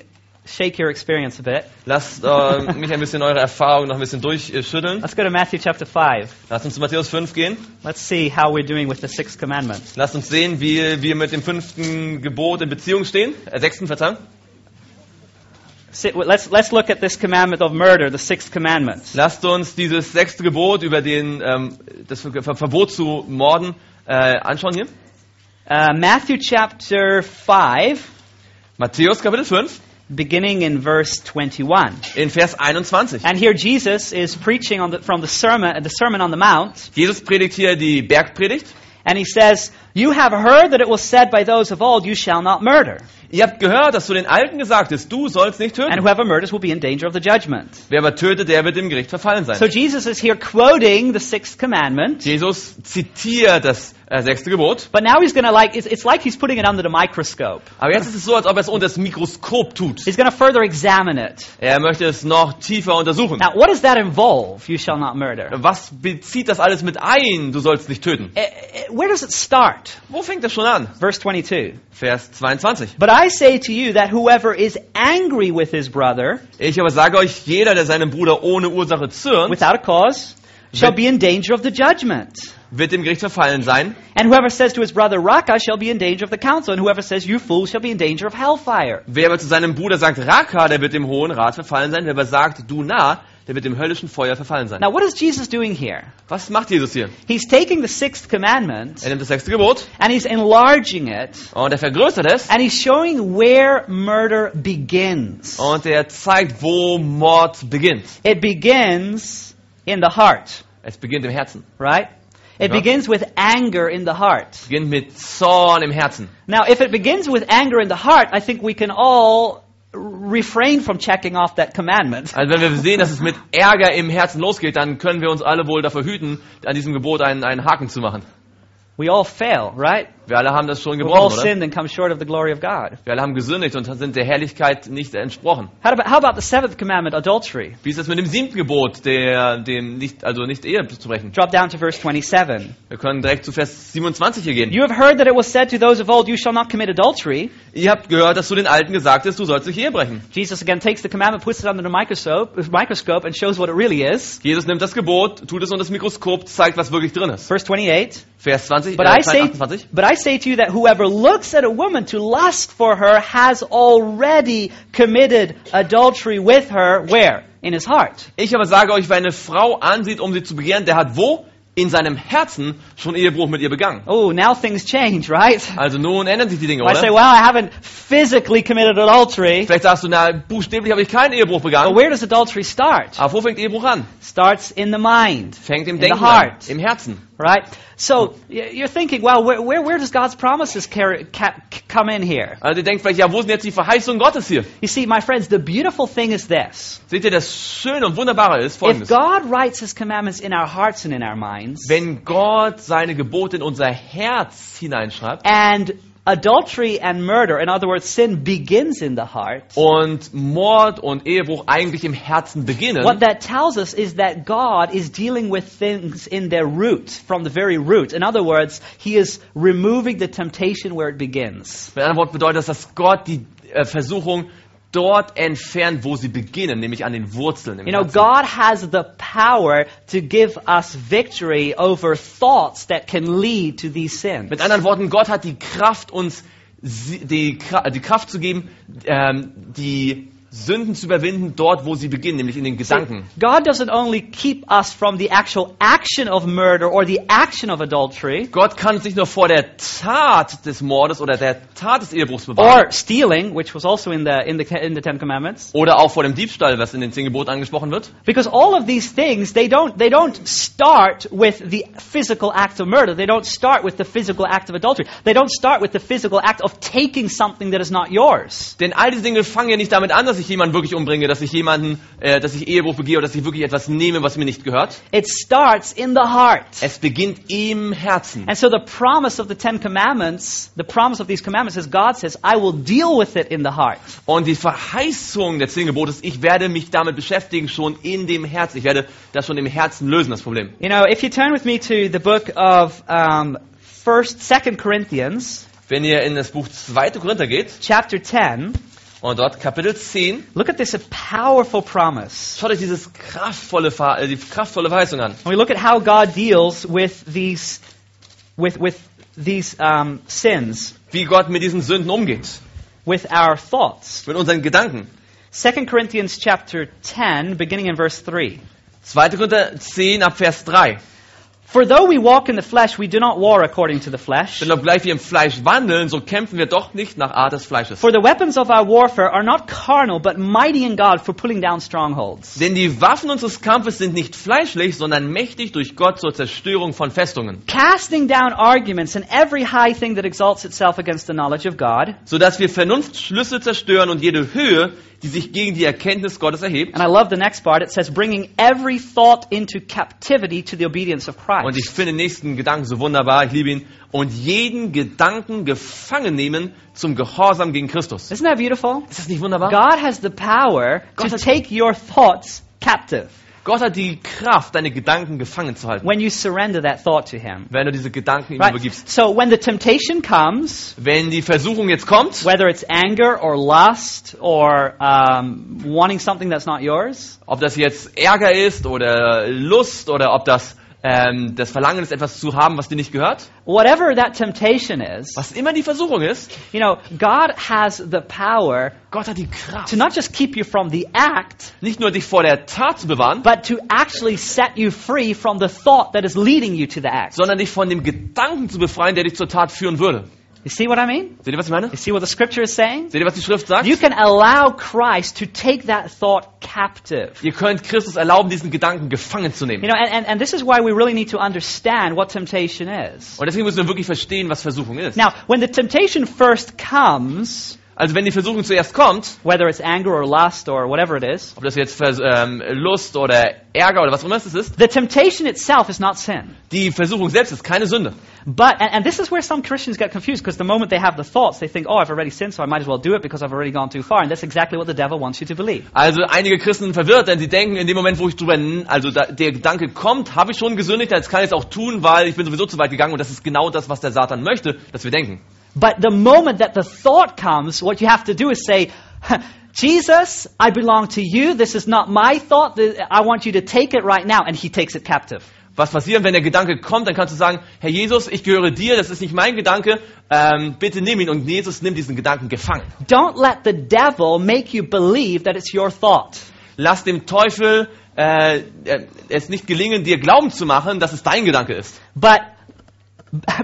A: shake your experience a bit.
B: Lasst äh, <laughs> mich ein bisschen eure Erfahrung noch ein bisschen durchschütteln.
A: Let's go to Matthew chapter 5.
B: Lasst uns zu Matthäus 5 gehen.
A: Let's see how we're doing with the sixth commandment.
B: Lasst uns sehen, wie wir mit dem fünften Gebot in Beziehung stehen. Äh, sechsten, Verzeihung.
A: Sit- Let's, let's look at this commandment of murder, the sixth commandment.
B: Lasst uns dieses sechste Gebot über den, ähm, das Ver Ver- Verbot zu morden äh, anschauen hier.
A: Uh, Matthew chapter 5,
B: Matthäus Kapitel 5
A: beginning in verse 21.
B: in Vers 21.
A: And here Jesus is preaching on the, from the sermon, the Sermon on the Mount,
B: Jesus predigt hier die Bergpredigt.
A: and he says, You have heard that it was said by those of old, You shall not murder.
B: Ihr habt gehört, dass zu den Alten gesagt ist, du sollst nicht
A: And
B: töten.
A: whoever murders will be in danger of the judgment.
B: Wer aber tötet, der wird im Gericht verfallen sein.
A: So Jesus is here quoting the sixth commandment,
B: Jesus zitiert das äh, sechste Gebot.
A: but now he's going to like, it's, it's like he's putting it under the microscope.
B: Aber jetzt ist es so, als ob er es unter das Mikroskop tut.
A: He's going to further examine it.
B: Er möchte es noch tiefer untersuchen.
A: Now, what does that involve, You shall not murder?
B: Was bezieht das alles mit ein, du sollst nicht töten?
A: Eh, eh, Where does it start?
B: Wo fängt das schon an?
A: Verse 22.
B: Vers 22.
A: But I say to you that whoever is angry with his brother
B: Ich aber sage euch, jeder, der seinem Bruder ohne Ursache zürnt,
A: without a cause shall be in danger of the judgment.
B: wird im Gericht verfallen sein.
A: And whoever says to his brother, Raka, shall be in danger of the council. And whoever says, You fool, shall be in danger of hellfire.
B: Wer aber zu seinem Bruder sagt, Raka, der wird dem Hohen Rat verfallen sein. Wer aber sagt, du nah, der wird dem höllischen Feuer verfallen sein.
A: Now, what is Jesus doing here?
B: Was macht Jesus hier?
A: He's taking the sixth commandment
B: Er nimmt das sechste Gebot
A: and he's enlarging it
B: und er vergrößert es
A: and he's showing where murder begins.
B: und er zeigt, wo Mord beginnt.
A: It begins in the heart,
B: Es beginnt im Herzen.
A: right? It
B: Yeah.
A: begins with anger in the heart.
B: Es beginnt mit Zorn im Herzen.
A: Now, if it begins with anger in the heart, I think we can all r- refrain from checking off that commandment.
B: Also wenn wir sehen, dass es mit Ärger im Herzen losgeht, dann können wir uns alle wohl davor hüten, an diesem Gebot einen, einen Haken zu machen.
A: We all fail, right?
B: Wir alle haben das schon
A: We've all
B: gebrochen, oder?
A: sinned and come short of the glory of God.
B: Wir alle haben gesündigt und sind der Herrlichkeit nicht entsprochen.
A: How about, how about the seventh commandment, adultery?
B: Wie ist es mit dem siebten Gebot, der, dem nicht, also nicht Ehe zu brechen?
A: Drop down to verse 27.
B: Wir können direkt zu Vers 27 hier gehen.
A: You have heard that it was said to those of old, You shall not commit adultery.
B: Ihr habt gehört, dass zu den Alten gesagt ist, du sollst nicht Ehe brechen.
A: Jesus again takes the commandment, puts it under the microscope, microscope, and shows what it really is.
B: Jesus nimmt das Gebot, tut es unter das Mikroskop, zeigt, was wirklich drin ist.
A: Verse 28.
B: Vers 20,
A: But
B: äh,
A: I say,
B: 28.
A: but I say to you that whoever looks at a woman to lust for her has already committed adultery with her. Where? In his heart.
B: Ich aber sage euch, wer eine Frau ansieht, um sie zu begehren, der hat wo? In seinem Herzen schon Ehebruch mit ihr begangen.
A: Oh, now things change, right?
B: Also nun ändern sich die Dinge,
A: I say,
B: oder?
A: well, I haven't physically committed adultery.
B: Vielleicht sagst du, na, buchstäblich habe ich keinen Ehebruch
A: But
B: begangen.
A: where does adultery start?
B: Aber wo fängt Ehebruch an?
A: Starts in the mind,
B: Fängt im
A: In the
B: Denken an,
A: heart.
B: im Herzen.
A: right? So y- you're thinking, well, where, where, where does God's promises carry, ca- c- come in here?
B: Also ihr denkt vielleicht, ja, wo sind jetzt die Verheißungen Gottes hier?
A: You see, my friends, the beautiful thing is this.
B: Seht ihr, das Schöne und Wunderbare ist
A: If
B: folgendes.
A: God writes his commandments in our hearts and in our minds,
B: Wenn Gott seine Gebote in unser Herz hineinschreibt
A: And adultery and murder, in other words, sin begins in the heart.
B: und Mord und Ehebruch eigentlich im Herzen
A: What
B: beginnen,
A: that tells us is that God is dealing with things in their root, from the very root. In other words, He is removing the temptation where it begins.
B: mit anderen Worten bedeutet das, dass Gott die äh, Versuchung dort entfernt, wo sie beginnen, nämlich an den Wurzeln. Im
A: You know,
B: Herzen.
A: God has the power to give us victory over thoughts that can lead to these sins.
B: Mit anderen Worten, Gott hat die Kraft, uns sie- die, Kra- die Kraft zu geben, ähm, die Sünden zu überwinden, dort, wo sie beginnen, nämlich in den Gedanken.
A: God doesn't only keep us from the actual action of murder or the action of adultery
B: Gott kann uns nicht nur vor der Tat des Mordes oder der Tat des Ehebruchs bewahren,
A: or stealing, which was also in the, in the, in the Ten Commandments.
B: oder auch vor dem Diebstahl, was in den Zehn Geboten angesprochen wird.
A: Because all of these things, they don't, they don't start with the physical act of murder. They don't start with the physical act of adultery. They don't start with the physical act of taking something that is not yours.
B: Denn all diese Dinge fangen ja nicht damit an, dass dass ich jemanden wirklich umbringe, dass ich jemanden, äh, dass ich Ehebruch begehe oder dass ich wirklich etwas nehme, was mir nicht gehört.
A: It starts in the heart.
B: Es beginnt im Herzen.
A: And so the promise of the Ten Commandments, the promise of these commandments is God says, I will deal with it in the heart.
B: Und die Verheißung der zehn Gebote ist, ich werde mich damit beschäftigen, schon in dem Herzen. Ich werde das schon im Herzen lösen, das Problem.
A: You know, if you turn with me to the book of um, First, Second Corinthians,
B: Wenn ihr in das Buch 2. Korinther geht
A: chapter 10,
B: und dort Kapitel 10,
A: look at this powerful promise.
B: schaut euch dieses kraftvolle, Ver- äh, die kraftvolle Verheißung an.
A: And we look at how God deals with these, with, with these um, sins,
B: Wie Gott mit diesen Sünden umgeht.
A: with our thoughts.
B: Mit unseren Gedanken.
A: 2 Corinthians chapter 10, beginning in verse 3.
B: 2. Korinther 10 ab Vers 3.
A: For though we walk in the flesh, we do not war according to the flesh.
B: Denn obgleich wir im Fleisch wandeln, so kämpfen wir doch nicht nach Art des Fleisches.
A: For the weapons of our warfare are not carnal, but mighty in God for pulling down strongholds.
B: Denn die Waffen unseres Kampfes sind nicht fleischlich, sondern mächtig durch Gott zur Zerstörung von Festungen.
A: Casting down arguments and every high thing that exalts itself against the knowledge of God.
B: Sodass wir Vernunftschlüsse zerstören und jede Höhe, die sich gegen die Erkenntnis Gottes erhebt.
A: And I love the next part. It says, bringing every thought into captivity to the obedience of
B: Und ich
A: Christ.
B: finde den nächsten Gedanken so wunderbar, ich liebe ihn. Und jeden Gedanken gefangen nehmen zum Gehorsam gegen Christus.
A: Isn't that beautiful?
B: Ist das nicht wunderbar?
A: God has the power
B: God
A: to
B: has-
A: take your thoughts captive
B: Gott hat die Kraft, deine Gedanken gefangen zu halten,
A: when you surrender that thought to Him.
B: wenn du diese Gedanken ihm
A: Right?
B: übergibst.
A: So when the temptation comes,
B: Wenn die Versuchung jetzt kommt,
A: whether it's anger or lust or um, wanting something that's not yours,
B: ob das jetzt Ärger ist oder Lust oder ob das ähm, das Verlangen ist, etwas zu haben, was dir nicht gehört,
A: whatever that temptation is,
B: was immer die Versuchung ist,
A: you know, God has the power
B: Gott hat die Kraft,
A: to not just keep you from the act,
B: nicht nur dich vor der Tat zu bewahren,
A: but to actually set you free from the thought that is leading you to the act.
B: sondern dich von dem Gedanken zu befreien, der dich zur Tat führen würde.
A: You see what I mean?
B: Seht ihr, was ich meine?
A: You see what the scripture is saying?
B: Seht ihr, was die Schrift sagt?
A: You can allow Christ to take that thought captive.
B: Ihr könnt Christus erlauben, diesen Gedanken gefangen zu
A: You
B: nehmen.
A: know, and, and, and this is why we really need to understand what temptation is.
B: Und deswegen müssen wir wirklich verstehen, was Versuchung ist.
A: Now, when the temptation first comes,
B: Also wenn die Versuchung zuerst kommt,
A: whether it's anger or lust or whatever it is,
B: ob das jetzt Vers- ähm, Lust oder Ärger oder was auch immer es ist,
A: the temptation itself is not sin.
B: die Versuchung selbst ist keine Sünde.
A: But, and, and this is where some Christians get confused because the moment they have the thoughts, they think, oh, I've already sinned, so I might as well do it because I've already gone too far. And that's exactly what the devil wants you to believe.
B: Also einige Christen sind verwirrt, denn sie denken, in dem Moment, wo ich drüber, n- also da, der Gedanke kommt, habe ich schon gesündigt, jetzt kann ich es auch tun, weil ich bin sowieso zu weit gegangen und das ist genau das, was der Satan möchte, dass wir denken.
A: But the moment that the thought comes, what you have to do is say, Jesus, I belong to you. This is not my thought. Th- I want you to take it right now. And he takes it captive.
B: Was passiert, wenn der Gedanke kommt, dann kannst du sagen, Herr Jesus, ich gehöre dir, das ist nicht mein Gedanke, ähm, bitte nimm ihn. Und Jesus nimmt diesen Gedanken gefangen.
A: Don't let the devil make you believe that it's your thought.
B: Lass dem Teufel äh, äh, es nicht gelingen, dir Glauben zu machen, dass es dein Gedanke ist.
A: But <laughs>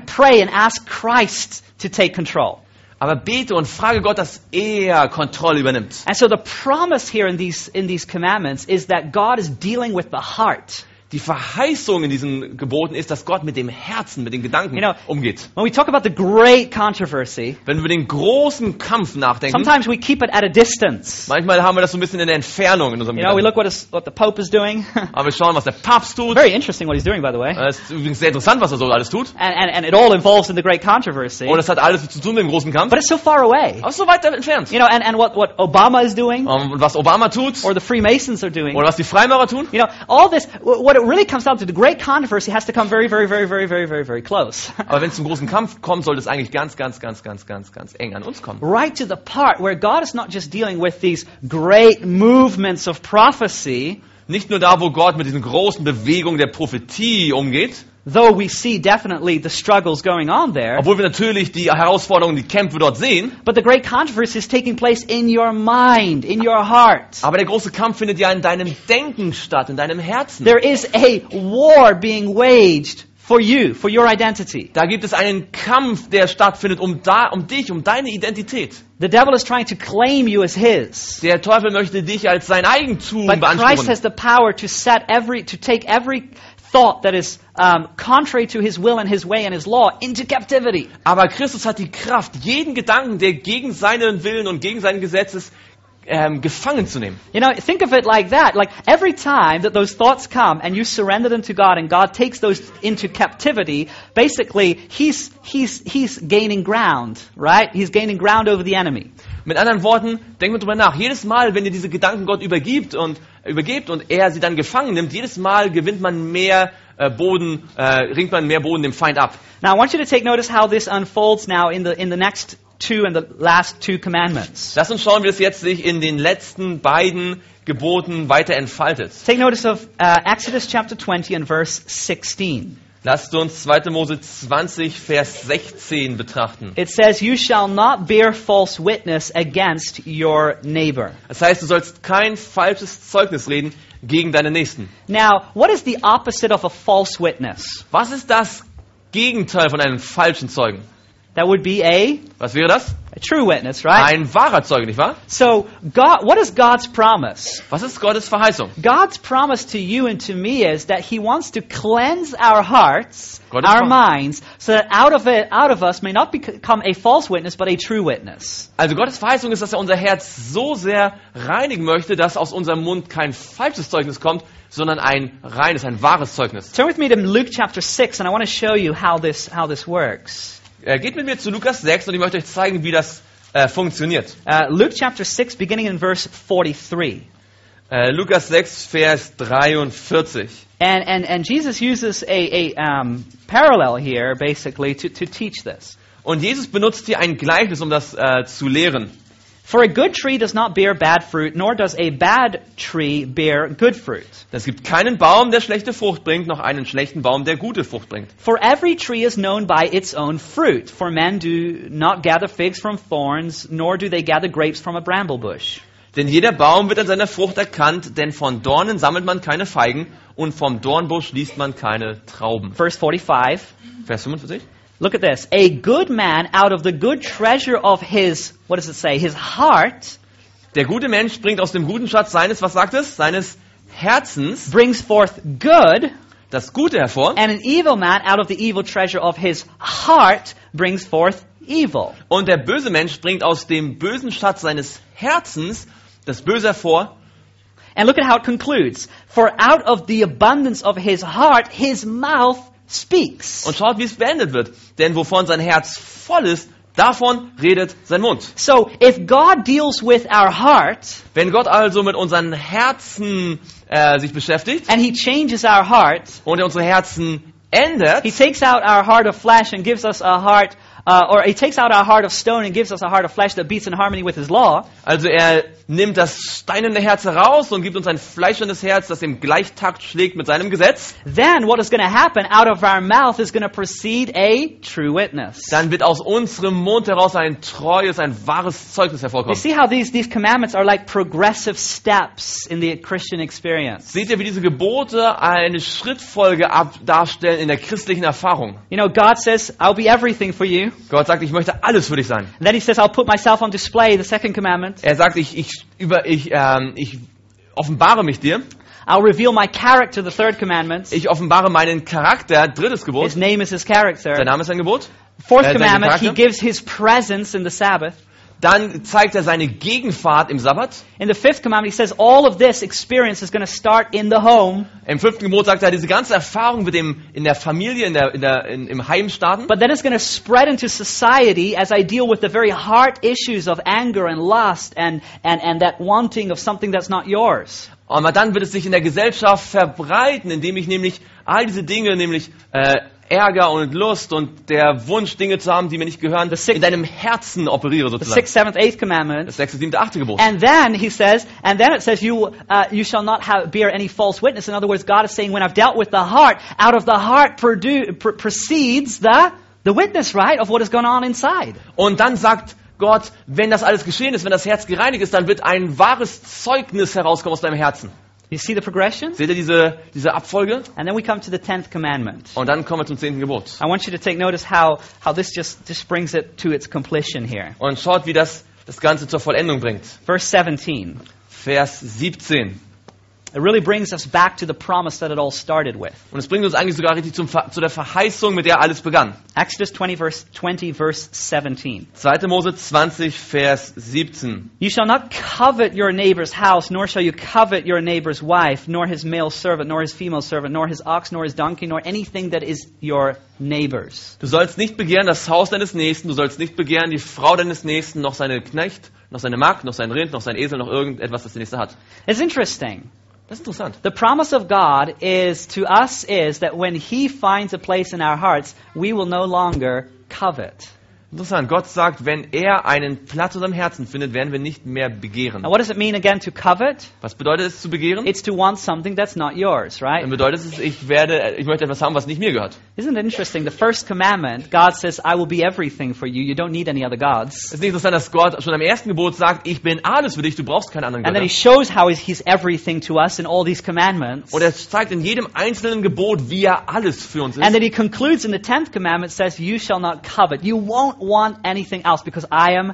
A: pray and ask Christ to take control.
B: Aber bete und frage Gott, dass er Kontrolle übernimmt.
A: And so the promise here in these in these commandments is that God is dealing with the heart.
B: Die Verheißung in diesen Geboten ist, dass Gott mit dem Herzen, mit den Gedanken
A: Genau.
B: umgeht.
A: When we talk about the great controversy,
B: Wenn wir über den großen Kampf nachdenken,
A: sometimes we keep it at a distance.
B: manchmal haben wir das so ein bisschen in der Entfernung in unserem
A: You know, we
B: Gedanken.
A: look what is what the Pope is doing. <laughs>
B: Aber wir schauen, was der Papst tut.
A: Very interesting what he's doing, by the way. And,
B: Es ist übrigens sehr interessant, was er so alles tut.
A: and, and it all involves in the great controversy.
B: Und das hat alles zu tun mit dem großen Kampf.
A: But it's so far away.
B: Aber so weit entfernt.
A: You know, and, and what, what Obama is doing
B: Ähm, Und was Obama tut,
A: or the Freemasons are doing.
B: oder was die Freimaurer tun,
A: You know, all this, wh- what it really comes down to, the great controversy has to come very, very, very, very, very, very, very close. <laughs>
B: aber wenn es zum großen Kampf kommt, sollte es eigentlich ganz, ganz, ganz, ganz, ganz, ganz eng an uns kommen.
A: right to the part where God is not just dealing with these great movements of prophecy,
B: Nicht nur da, wo Gott mit diesen großen Bewegungen der Prophetie umgeht,
A: though we see definitely the struggles going on there,
B: obwohl wir natürlich die Herausforderungen, die Kämpfe dort sehen,
A: but the great controversy is taking place in your mind, in your heart.
B: Aber der große Kampf findet ja in deinem Denken statt, in deinem Herzen.
A: There is a war being waged for you, for your identity.
B: Da gibt es einen Kampf, der stattfindet um, da, um dich, um deine Identität.
A: The devil is trying to claim you as his.
B: Der Teufel möchte dich als sein Eigentum
A: But Christ
B: beanspruchen.
A: has the power to set every, to take every thought that is um, contrary to his will and his way and his law into captivity.
B: Aber Christus hat die Kraft, jeden Gedanken, der gegen seinen Willen und gegen sein Gesetz ist, ähm, gefangen zu nehmen.
A: You know, think of it like that. Like every time that those thoughts come and you surrender them to God and God takes those into captivity, basically he's he's he's gaining ground, right? He's gaining ground over the enemy.
B: Mit anderen Worten, denkt mal drüber nach. Jedes Mal, wenn ihr diese Gedanken Gott übergibt und übergebt und er sie dann gefangen nimmt, jedes Mal gewinnt man mehr äh, Boden, äh, ringt man mehr Boden dem Feind ab.
A: Now I want you to take notice how this unfolds now in the in the next two and the last two commandments.
B: Lass uns schauen, wie es jetzt sich in den letzten beiden Geboten weiter entfaltet.
A: Take notice of uh, Exodus chapter 20 and verse 16.
B: Lasst uns 2. Mose 20, Vers 16 betrachten.
A: It says, "You shall not bear false witness against your neighbor."
B: Das heißt, du sollst kein falsches Zeugnis reden gegen deine Nächsten.
A: Now, what is the opposite of a false witness?
B: Was ist das Gegenteil von einem falschen Zeugen?
A: That would be a,
B: Was wäre das?
A: a true witness, right?
B: Ein wahrer Zeuge, nicht wahr?
A: So, God, what is God's promise?
B: Was ist Gottes Verheißung?
A: God's promise to you and to me is that He wants to cleanse our hearts,
B: God's
A: our
B: promise.
A: minds, so that out of it, out of us may not become a false witness, but a true witness.
B: Also Gottes Verheißung ist, dass er unser Herz so sehr reinigen möchte, dass aus unserem Mund kein falsches Zeugnis kommt, sondern ein reines, ein wahres Zeugnis.
A: Turn with me to Luke chapter six, and I want to show you how this how this works.
B: Äh, geht mit mir zu Lukas 6 und ich möchte euch zeigen, wie das äh, funktioniert.
A: Uh, Luke chapter six, beginning in verse forty-three,
B: Äh, Lukas 6, Vers 43.
A: and and and Jesus uses a a um, parallel here basically to to teach this.
B: Und Jesus benutzt hier ein Gleichnis, um das äh, zu lehren.
A: For a good tree does not bear bad fruit, nor does a bad tree bear good fruit.
B: Es gibt keinen Baum, der schlechte Frucht bringt, noch einen schlechten Baum, der gute Frucht bringt.
A: For every tree is known by its own fruit. For men do not gather figs from thorns, nor do they gather grapes from a bramble bush.
B: Denn jeder Baum wird an seiner Frucht erkannt, denn von Dornen sammelt man keine Feigen und vom Dornbusch liest man keine Trauben.
A: Verse 45.
B: Vers 45.
A: Look at this. A good man out of the good treasure of his, what does it say? His heart
B: Der gute Mensch bringt aus dem guten Schatz seines, was sagt es? Seines Herzens
A: brings forth good,
B: das Gute hervor.
A: and an evil man out of the evil treasure of his heart brings forth evil.
B: Und der böse Mensch bringt aus dem bösen Schatz seines Herzens das Böse hervor.
A: And look at how it concludes. For out of the abundance of his heart, his mouth speaks.
B: Und schaut, wie es beendet wird. Denn wovon sein Herz voll ist, davon redet sein Mund.
A: So if God deals with our heart
B: Wenn Gott also mit unseren Herzen äh, sich beschäftigt
A: and he changes our heart,
B: und er unsere Herzen ändert,
A: he takes out our heart of flesh and gives us a heart, uh, or he takes out our heart of stone and gives us a heart of flesh that beats in harmony with his law.
B: Also er nimmt das steinerne Herz heraus und gibt uns ein fleischendes Herz, das im Gleichtakt schlägt mit seinem Gesetz.
A: Then what is going to happen out of our mouth is going to proceed a true witness.
B: Dann wird aus unserem Mund heraus ein treues, ein wahres Zeugnis
A: You
B: hervorkommen.
A: see how these, these commandments are like progressive steps in the Christian experience.
B: Seht ihr, wie diese Gebote eine Schrittfolge ab darstellen in der christlichen Erfahrung?
A: You know, God says, I'll be everything for you.
B: Gott sagt, ich möchte alles für dich sein.
A: And then he says, I'll put myself on display, the second commandment.
B: Er sagt, ich, ich, über, ich, ähm, ich offenbare mich dir.
A: I'll reveal my character, the third commandment.
B: Ich offenbare meinen Charakter, drittes Gebot.
A: His name is his character.
B: Sein Name ist ein Gebot.
A: Fourth
B: Äh, seine
A: commandment, he
B: Charakter.
A: gives his presence in the Sabbath.
B: Dann zeigt er seine Gegenfahrt im Sabbat.
A: In the fifth commandment, he says all of this experience is going to start in the home,
B: Im fünften Gebot sagt er, diese ganze Erfahrung wird im, in der Familie, in der, in der, in, im Heim starten.
A: but then it's going to spread into society as I deal with the very heart issues of anger and lust and, and, and that wanting of something that's not yours.
B: Aber dann wird es sich in der Gesellschaft verbreiten, indem ich nämlich all diese Dinge, nämlich äh, Ärger und Lust und der Wunsch, Dinge zu haben, die mir nicht gehören,
A: The sixth-
B: in deinem Herzen operiere
A: The
B: sozusagen.
A: sixth, seventh, eighth commandment.
B: Das sechste, siebte, achte Gebot.
A: And then he says, and then it says, you, uh, you shall not have, bear any false witness. In other words, God is saying, when I've dealt with the heart, out of the heart produ- pr- proceeds the, the witness, right, of what is going on inside.
B: Und dann sagt Gott, wenn das alles geschehen ist, wenn das Herz gereinigt ist, dann wird ein wahres Zeugnis herauskommen aus deinem Herzen.
A: You see the progression?
B: Seht ihr diese, diese Abfolge?
A: And then we come to the tenth commandment.
B: Und dann kommen wir zum zehnten Gebot.
A: I want you to take notice how, how this just, just brings it to its completion here.
B: Und schaut, wie das das Ganze zur Vollendung bringt.
A: Verse 17.
B: Vers 17.
A: It really brings us back to the promise that it all started with.
B: Und es bringt uns eigentlich sogar richtig zum, Ver- zu der Verheißung, mit der alles begann.
A: Exodus 20 verse, 20 verse 17.
B: 2. Mose 20, Vers 17.
A: You shall not covet your neighbor's house, nor shall you covet your neighbor's wife, nor his male servant, nor his female servant, nor his ox, nor his donkey, nor anything that is your neighbor's.
B: Du sollst nicht begehren das Haus deines Nächsten, du sollst nicht begehren die Frau deines Nächsten, noch seinen Knecht, noch seine Magd, noch sein Rind, noch sein Esel, noch irgendetwas, das der Nächste hat.
A: It's interesting.
B: Das ist interessant.
A: The promise of God is to us is that when he finds a place in our hearts, we will no longer covet.
B: Interessant. Gott sagt, wenn er einen Platz in unserem Herzen findet, werden wir nicht mehr begehren.
A: Now what does it mean again to covet?
B: Was bedeutet es zu begehren?
A: It's to want something that's not yours, right?
B: Dann bedeutet es, ich werde, ich möchte etwas haben, was nicht mir gehört.
A: Isn't it interesting? The first commandment, God says, I will be everything for you. You don't need any other gods.
B: Es ist nicht interessant, dass Gott schon am ersten Gebot sagt, ich bin alles für dich, du brauchst keinen anderen
A: And then he
B: Gott.
A: shows how he's- he's everything to us in all these commandments.
B: Und er zeigt in jedem einzelnen Gebot, wie er alles für uns ist.
A: And then he concludes in the 10th commandment, says, You shall not covet. You won't want anything else because I am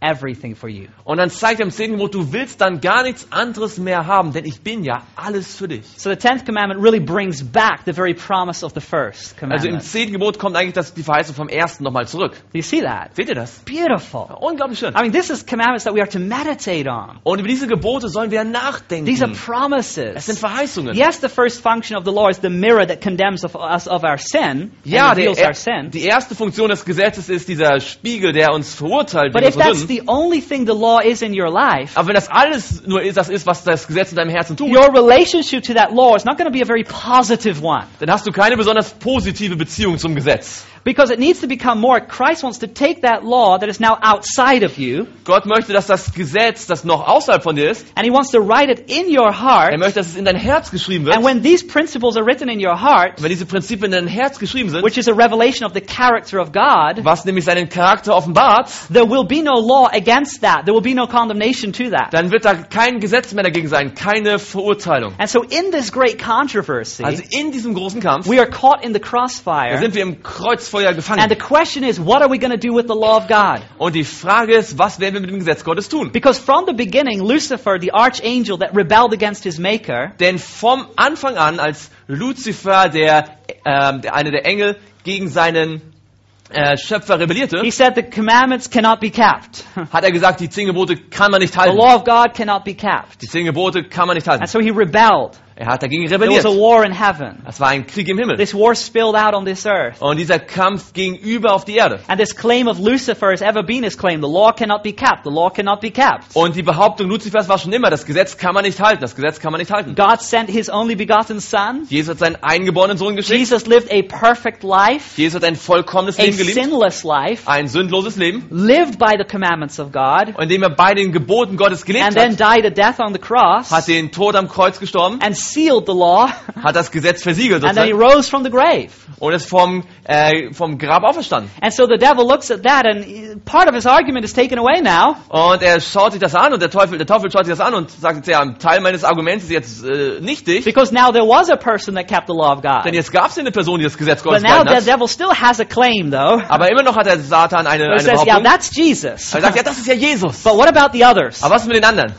A: everything for you.
B: Und dann zeigt er im zehnten Gebot, du willst dann gar nichts anderes mehr haben, denn ich bin ja alles für dich.
A: So the 10th commandment really brings back the very promise of the first
B: Also im
A: commandment.
B: zehnten Gebot kommt eigentlich das, die Verheißung vom ersten nochmal zurück.
A: Do you see that?
B: Seht ihr das?
A: Beautiful.
B: Unglaublich schön.
A: I mean, this is commandments that we are to meditate on.
B: Und über diese Gebote sollen wir nachdenken.
A: These are
B: Es sind
A: promises.
B: Verheißungen.
A: Yes, the first function of the law is the mirror that condemns of us of our sin
B: Ja,
A: and
B: der,
A: reveals our
B: er,
A: sin.
B: die erste Funktion des Gesetzes ist dieser Spiegel, der uns verurteilt,
A: But
B: wie wir
A: if that's
B: sind.
A: the only thing the law is in your life,
B: Aber wenn das alles nur ist, das ist, was das Gesetz in deinem Herzen tut,
A: your relationship to that law is not going to be a very positive one
B: dann hast du keine besonders positive Beziehung zum Gesetz.
A: because it needs to become more. Christ wants to take that law that is now outside of you
B: Gott möchte, dass das Gesetz, das noch außerhalb von dir ist,
A: and he wants to write it in your heart.
B: er möchte, dass es in dein Herz geschrieben wird.
A: And when these principles are written in your heart,
B: Und wenn diese Prinzipien in dein Herz geschrieben sind,
A: which is a revelation of the character of God,
B: was nämlich seinen Charakter offenbart,
A: there will be no law against that. There will be no condemnation to that.
B: dann wird da kein Gesetz mehr dagegen sein, keine Verurteilung.
A: And so in this great controversy,
B: Also in diesem großen Kampf
A: we are caught in the
B: da
A: crossfire.
B: sind wir im Kreuzfeuer
A: And the
B: gefangen.
A: question is, what are we going to do with the law of God?
B: Und die Frage ist, was werden wir mit dem Gesetz Gottes tun?
A: Because from the beginning, Lucifer, the archangel that rebelled against his maker,
B: Denn vom Anfang an, als Luzifer, der, ähm, der eine der Engel, gegen seinen äh, Schöpfer rebellierte,
A: he said the commandments cannot be kept.
B: hat er gesagt, die zehn Gebote kann man nicht
A: The
B: halten.
A: law of God cannot be kept.
B: Die zehn Gebote kann man nicht halten.
A: And so he rebelled.
B: Er hat dagegen
A: There was
B: rebelliert.
A: a war in heaven.
B: Das war ein Krieg im Himmel.
A: This war spilled out on this earth.
B: Und dieser Kampf ging über auf die Erde.
A: And this claim of Lucifer has ever been his claim. The law cannot be kept. The law cannot be kept.
B: Und die Behauptung Luzifers war schon immer, das Gesetz kann man nicht halten, das Gesetz kann man nicht halten.
A: God sent his only begotten son.
B: Jesus hat seinen eingeborenen Sohn geschickt.
A: Jesus lived a perfect life,
B: Jesus hat ein vollkommenes
A: a
B: Leben gelebt,
A: sinless life,
B: ein sündloses Leben,
A: lived by the commandments of God,
B: indem er bei den Geboten Gottes
A: and
B: gelebt
A: then
B: hat,
A: died a death on the
B: hat
A: cross,
B: den Tod am Kreuz gestorben,
A: and sealed the law, <laughs>
B: hat das Gesetz versiegelt
A: and then he
B: sozusagen,
A: rose from the grave.
B: und ist vom, äh, vom Grab auferstanden.
A: And so the devil looks at that, and part of his argument is taken away now.
B: Und er schaut sich das an und der Teufel, der Teufel schaut sich das an und sagt jetzt, ja, ein Teil meines Arguments ist jetzt äh, nichtig,
A: Because now there was a person that kept the law of God.
B: denn jetzt gab es eine Person, die das Gesetz
A: But
B: Gottes
A: now
B: gehalten
A: the
B: hat.
A: devil still has a claim, though.
B: Aber immer noch hat der Satan eine,
A: He
B: eine
A: says, yeah,
B: Behauptung.
A: that's Jesus.
B: Er sagt, ja, das ist ja Jesus.
A: But what about the others?
B: Aber was ist mit den anderen?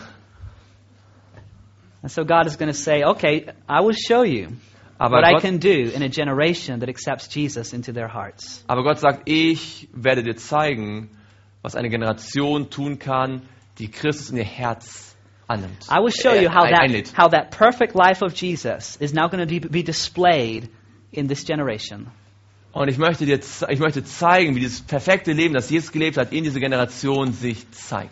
A: And so God is going to say, okay, I will show you
B: Aber
A: what I
B: Gott,
A: can do in a generation that accepts Jesus into their hearts.
B: aber Gott sagt, ich werde dir zeigen, was eine Generation tun kann, die Christus in ihr Herz annimmt.
A: I will show
B: Äh,
A: you how
B: ein-
A: that,
B: einlädt.
A: how that perfect life of Jesus is now going to be, be displayed in this generation.
B: Und ich möchte dir, ze- ich möchte zeigen, wie dieses perfekte Leben, das Jesus gelebt hat, in dieser Generation sich zeigt.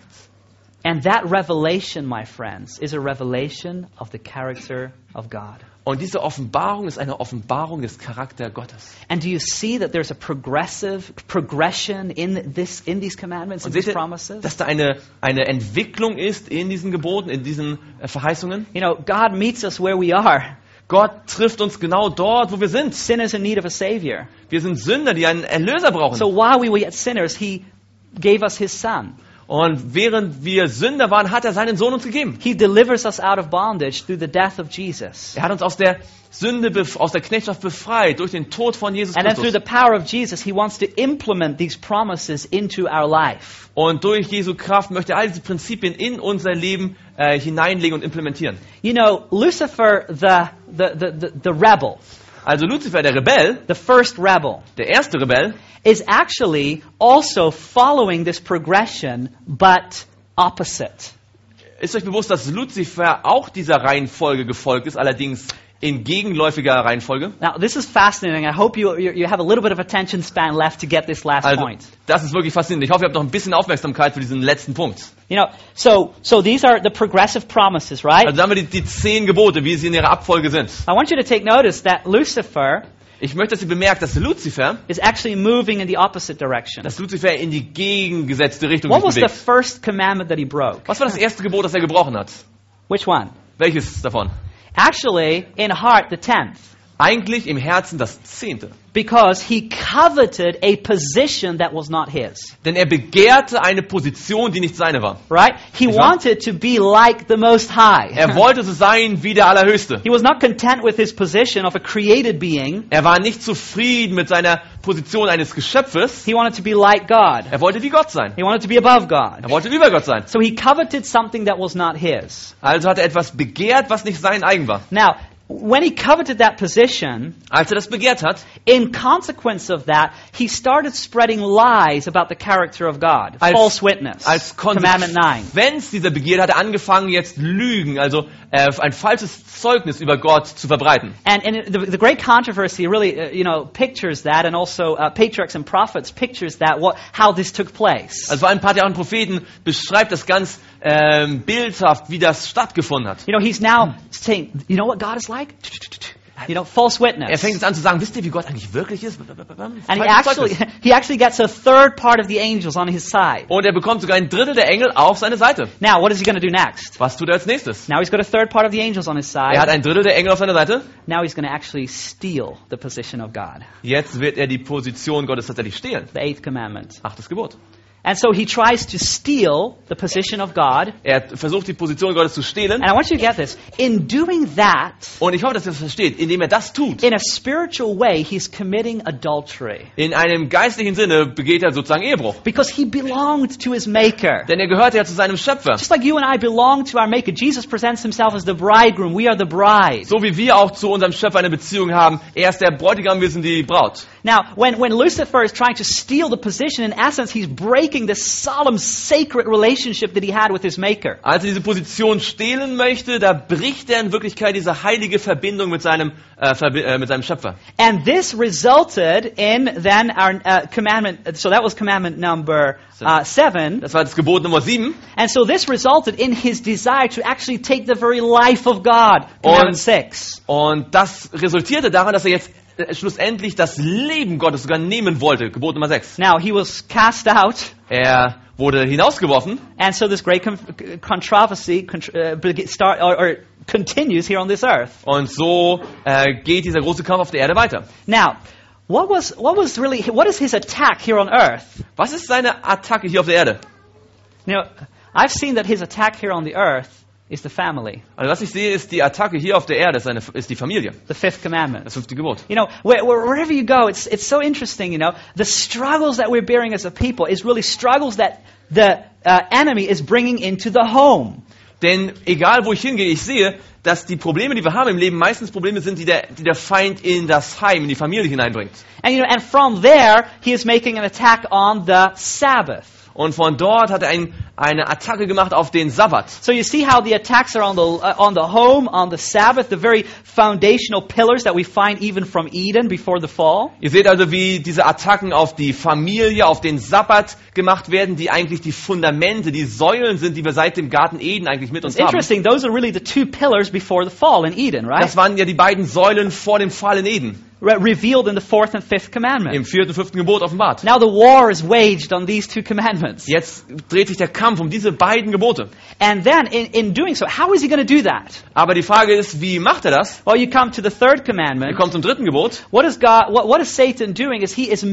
A: And that revelation, my friends, is a revelation of the character of God.
B: Und diese Offenbarung ist eine Offenbarung des Charakters Gottes.
A: And do you see that there's a progressive progression in this in these commandments, in
B: Und
A: these
B: seht ihr,
A: promises?
B: dass da eine, eine Entwicklung ist in diesen Geboten, in diesen äh, Verheißungen.
A: You know, God meets us where we are.
B: Gott trifft uns genau dort, wo wir sind.
A: Sinners in need of a savior.
B: Wir sind Sünder, die einen Erlöser brauchen.
A: So while we were yet sinners, he gave us his son.
B: Und während wir Sünder waren, hat er seinen Sohn uns gegeben.
A: He delivers us out of bondage through the death of Jesus.
B: Er hat uns aus der Sünde, bef- aus der Knechtschaft befreit durch den Tod von Jesus
A: And then through
B: Christus.
A: the power of Jesus, he wants to implement these promises into our life.
B: Und durch Jesu Kraft möchte er all diese Prinzipien in unser Leben äh, hineinlegen und implementieren.
A: You know, Lucifer, the, the, the, the, the rebel,
B: Also Luzifer, der Rebell,
A: the first rebel,
B: der erste Rebell,
A: is actually also following this progression, but opposite.
B: ist euch bewusst, dass Luzifer auch dieser Reihenfolge gefolgt ist, allerdings in gegenläufiger Reihenfolge?
A: Now, this is fascinating. I hope you, you, you have a little bit of attention span left to get this last
B: Also,
A: point.
B: das ist wirklich faszinierend. Ich hoffe, ihr habt noch ein bisschen Aufmerksamkeit für diesen letzten Punkt.
A: You know, so, so these are the progressive promises, right?
B: Also da haben wir die, die zehn Gebote, wie sie in ihrer Abfolge sind.
A: I want you to take notice that Lucifer
B: Ich möchte, dass ihr bemerkt, dass Luzifer,
A: is actually moving in the opposite direction.
B: dass Luzifer in die gegengesetzte Richtung
A: What
B: sich
A: was the
B: bewegt.
A: first commandment that he broke?
B: Was war das erste Gebot, das er gebrochen hat?
A: Which one?
B: Welches davon?
A: Actually, in heart, the tenth.
B: Eigentlich im Herzen das zehnte.
A: Because he coveted a position that was not his.
B: Denn er begehrte eine Position, die nicht seine war.
A: Right? He
B: Is that-
A: wanted to be like the Most High. <laughs>
B: Er wollte so sein wie der Allerhöchste.
A: He was not content with his position of a created being.
B: Er war nicht zufrieden mit seiner Position eines Geschöpfes.
A: He wanted to be like God.
B: Er wollte wie Gott sein.
A: He wanted to be above
B: Er
A: God.
B: wollte über Gott sein.
A: So he coveted something that was not his.
B: Also hat er etwas begehrt, was nicht sein eigen war.
A: Now, when he coveted that position,
B: Als er das begehrt hat,
A: in consequence of that, he started spreading lies about the character of God.
B: Als-
A: false witness.
B: als
A: Commandment 9.
B: Konsequenz dieser Begierde hat er angefangen, jetzt Lügen, also äh, ein falsches Zeugnis über Gott zu verbreiten.
A: And, and it- the, the great controversy really, uh, you know, pictures that, and also uh, patriarchs and prophets pictures that, what, how this took place.
B: Also vor allem Patriarchen und Propheten beschreibt das ganz ähm, bildhaft, wie das stattgefunden hat.
A: You know, he's now saying, you know what God is like? You know, false
B: Er
A: witness.
B: fängt jetzt an zu sagen, wisst ihr, wie Gott eigentlich wirklich ist?
A: And he
B: Falsches
A: actually,
B: Zeugnis.
A: <laughs> he actually gets a third part of the angels on his side.
B: Und er bekommt sogar ein Drittel der Engel auf seine Seite.
A: Now, what is he going to do next?
B: Was tut er als nächstes?
A: Now he's got a third part of the angels on his
B: Er hat
A: side.
B: ein Drittel der Engel auf seiner Seite.
A: Now he's going to actually steal the position of God,
B: Jetzt wird er die Position Gottes tatsächlich stehlen.
A: the eighth commandment.
B: Achtes Gebot.
A: And so he tries to steal the position of God.
B: Er versucht, die Position Gottes zu stehlen.
A: And I want you to get this. In doing that,
B: Und ich hoffe, dass ihr das versteht. Indem er das tut,
A: in a spiritual way, he's committing adultery
B: In einem geistlichen Sinne begeht er sozusagen Ehebruch.
A: because he belonged to his maker.
B: Denn er gehört ja zu seinem Schöpfer.
A: Just like you and I belong to our maker, Jesus presents himself as the bridegroom. We are the bride.
B: So wie wir auch zu unserem Schöpfer eine Beziehung haben. Er ist der Bräutigam, wir sind die Braut.
A: Now, when, when Lucifer is trying to steal the position, in essence, he's breaking this solemn, sacred relationship that he had with his maker.
B: Als er diese Position stehlen möchte, da bricht er in Wirklichkeit diese heilige Verbindung mit seinem, äh, Verbi- äh, mit seinem Schöpfer.
A: And this resulted in then our uh, commandment, so that was commandment number uh, seven.
B: Das war das Gebot Nummer 7.
A: And so this resulted in his desire to actually take the very life of God, commandment
B: Und-
A: six.
B: Und das resultierte daran, dass er jetzt äh, schlussendlich das Leben Gottes sogar nehmen wollte. Gebot Nummer 6.
A: Now, he was cast out,
B: Er wurde hinausgeworfen.
A: and so this great con- controversy contr- uh, beg- start, or, or continues here on this earth.
B: Und so äh, geht dieser große Kampf auf der Erde weiter.
A: Now, what was, what was really, what is his attack here on earth?
B: Was ist seine Attacke hier auf der Erde?
A: You know, I've seen that his attack here on the earth is the family,
B: Also was ich sehe, ist die Attacke hier auf der Erde, ist, eine, ist die Familie,
A: the fifth commandment.
B: das fünfte Gebot.
A: You know, where, where, wherever you go, it's, it's so interesting, you know. The struggles that we're bearing as a people is really struggles that the uh, enemy is bringing into the home.
B: Denn egal wo ich hingehe, ich sehe, dass die Probleme, die wir haben im Leben, meistens Probleme sind, die der, die der Feind in das Heim, in die Familie hineinbringt.
A: And, you know, and from there, he is making an attack on the Sabbath.
B: Und von dort hat er ein, eine Attacke gemacht auf den Sabbat.
A: So you see how the attacks are on the, uh, on the home, on the Sabbath, the very foundational pillars that we find even from Eden before the fall.
B: Ihr seht also, wie diese Attacken auf die Familie, auf den Sabbat gemacht werden, die eigentlich die Fundamente, die Säulen sind, die wir seit dem Garten Eden eigentlich mit uns
A: It's
B: haben.
A: interesting, those are really the two pillars before the fall in Eden, right?
B: Das waren ja die beiden Säulen vor dem Fall in Eden.
A: re- revealed in the fourth and fifth commandment.
B: Im vierten, fünften Gebot offenbart.
A: Now the war is waged on these two commandments.
B: Jetzt dreht sich der Kampf um diese beiden Gebote.
A: And then in, in doing so, how is he going to do that?
B: Aber die Frage ist, wie macht er das?
A: Well, you come to the third
B: Wir
A: commandment.
B: kommen zum dritten Gebot.
A: What is God what, what is Satan doing is he is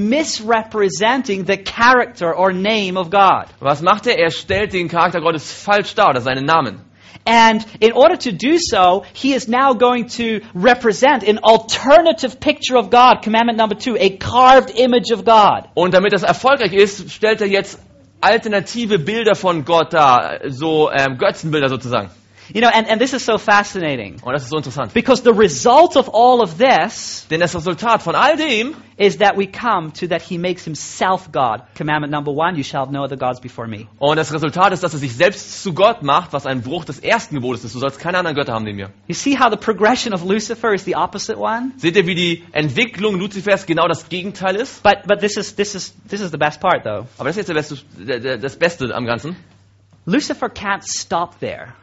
A: misrepresenting the character or name of God.
B: Was macht er? Er stellt den Charakter Gottes falsch dar oder seinen Namen.
A: And in order to do so, he is now going to represent an alternative picture of God, commandment number 2, a carved image of God.
B: Und damit das erfolgreich ist, stellt er jetzt alternative Bilder von Gott dar, so ähm, Götzenbilder sozusagen.
A: You know, and, and this is so fascinating
B: Und das ist so interessant.
A: because the result of all of this
B: Denn das Resultat von all dem
A: is that we come to that he makes himself God. Commandment number 1, you shall have no other gods before me.
B: und das Resultat ist, dass er sich selbst zu Gott macht, was ein Bruch des ersten Gebotes ist. Du sollst keine anderen Götter haben neben mir.
A: You see how the progression of Lucifer is the opposite one?
B: Seht ihr, wie die Entwicklung Luzifers genau das Gegenteil ist?
A: But but this is this is this is the best part though.
B: Aber das ist jetzt der Beste, der, der, das Beste am Ganzen.
A: Lucifer can't stop there.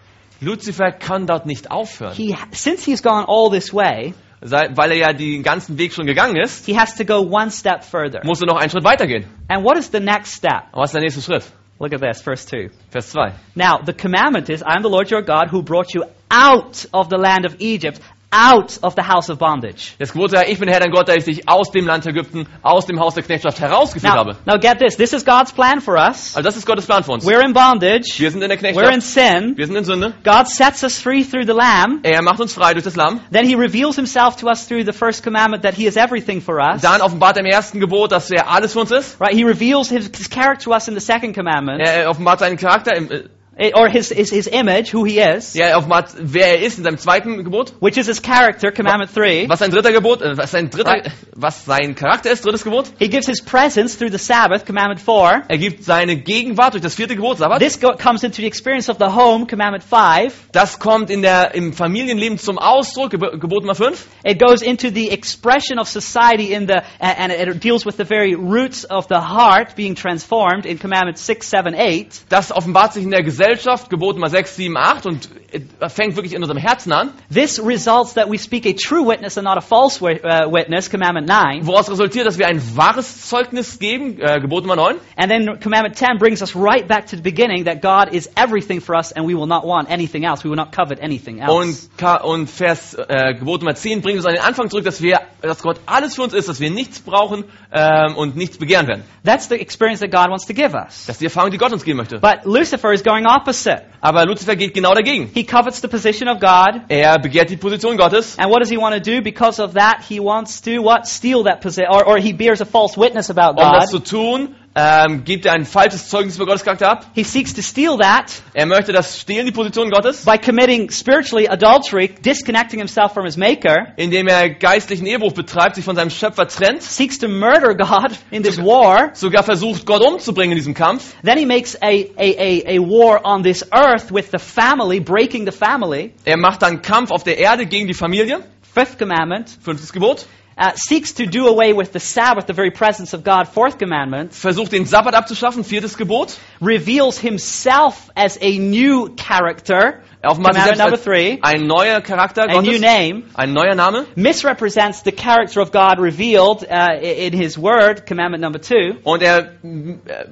B: Luzifer kann dort nicht aufhören,
A: He since he's gone all this way,
B: sei- weil er ja den ganzen Weg schon gegangen ist.
A: he has to go one step further.
B: Muss er noch einen Schritt weitergehen.
A: And what is the next step?
B: Und was ist der nächste Schritt?
A: Look at this, verse 2.
B: Vers 2.
A: Now, the commandment is I am the Lord your God who brought you out of the land of Egypt, out of the house of bondage.
B: Das Gebot sagt, ich bin Herr dein Gott, der ich dich aus dem Land Ägypten, aus dem Haus der Knechtschaft herausgeführt
A: Now,
B: habe.
A: now get this. This is God's plan for us.
B: Also das ist Gottes Plan für uns.
A: We're in bondage.
B: Wir sind in der
A: We're in
B: Knechtschaft,
A: sin.
B: wir sind in Sünde.
A: God sets us free through the Lamb.
B: Er macht uns frei durch das Lamm.
A: Then he reveals himself to us through the first commandment that he is everything for us.
B: Dann offenbart er im ersten Gebot, dass er alles für uns ist.
A: Right? He reveals his, his character to us in the second commandment,
B: Er er offenbart seinen Charakter, im, äh,
A: eh, or his, his, his image, who he is,
B: ja, er offenbart, wer er ist in seinem zweiten Gebot.
A: which is his character, commandment three.
B: Was sein dritter Gebot, äh, was sein dritter,
A: Right.
B: was sein Charakter ist, drittes Gebot.
A: He gives his presence through the Sabbath, commandment four.
B: Er gibt seine Gegenwart durch das vierte Gebot, Sabbat.
A: This go- comes into the experience of the home, commandment five.
B: Das kommt in der, im Familienleben zum Ausdruck, Geb- Gebot Nummer 5.
A: It goes into the expression of society in the, a- and it deals with the very roots of the heart being transformed in commandment six, seven, eight.
B: Das offenbart sich in der Gesellschaft, Gebot Nummer 6, 7, 8 und äh, fängt wirklich in unserem Herzen an,
A: This results that we speak a true witness and not a false wi- uh, witness, commandment nine.
B: woraus resultiert, dass wir ein wahres Zeugnis geben, äh, Gebot Nummer 9.
A: And then commandment 10 brings us right back to the beginning that God is everything for us and we will not want anything else. We will not covet anything else.
B: Und, Ka- und Vers äh, Gebot Nummer 10 bringt uns an den Anfang zurück, dass wir, dass Gott alles für uns ist, dass wir nichts brauchen ähm, und nichts begehren werden.
A: That's the experience that God wants to give us.
B: Das ist die Erfahrung, die Gott uns geben möchte.
A: But Lucifer is going opposite.
B: Aber Luzifer geht genau dagegen.
A: He covets the position of God.
B: Er begehrt die Position Gottes
A: And what does he want to do? Because of that, he wants to what? Steal that position. Or, or he bears a false witness about
B: Um das zu
A: God.
B: tun, ähm, gibt er ein falsches Zeugnis über Gottes Charakter ab.
A: He seeks to steal that
B: Er möchte das stehlen, die Position Gottes,
A: by committing spiritually adultery, disconnecting himself from his maker.
B: indem er geistlichen Ehebruch betreibt, sich von seinem Schöpfer trennt,
A: Seeks to murder God <laughs> in this war.
B: sogar versucht, Gott umzubringen in diesem Kampf.
A: Then he makes a, a, a, a war on this earth with the family, breaking the family.
B: Er macht dann Kampf auf der Erde gegen die Familie,
A: Fifth commandment.
B: fünftes Gebot,
A: Uh, seeks to do away with the Sabbath, the very presence of God. Fourth commandment.
B: versucht den Sabbat abzuschaffen, viertes Gebot.
A: Reveals himself as a new character.
B: Er offenbart
A: Commandment
B: sich selbst
A: number
B: als
A: three.
B: ein neuer Charakter
A: A new
B: Gottes,
A: name.
B: ein neuer Name.
A: Misrepresents the character of God revealed uh, i- in his word. Commandment number two.
B: Und er, äh,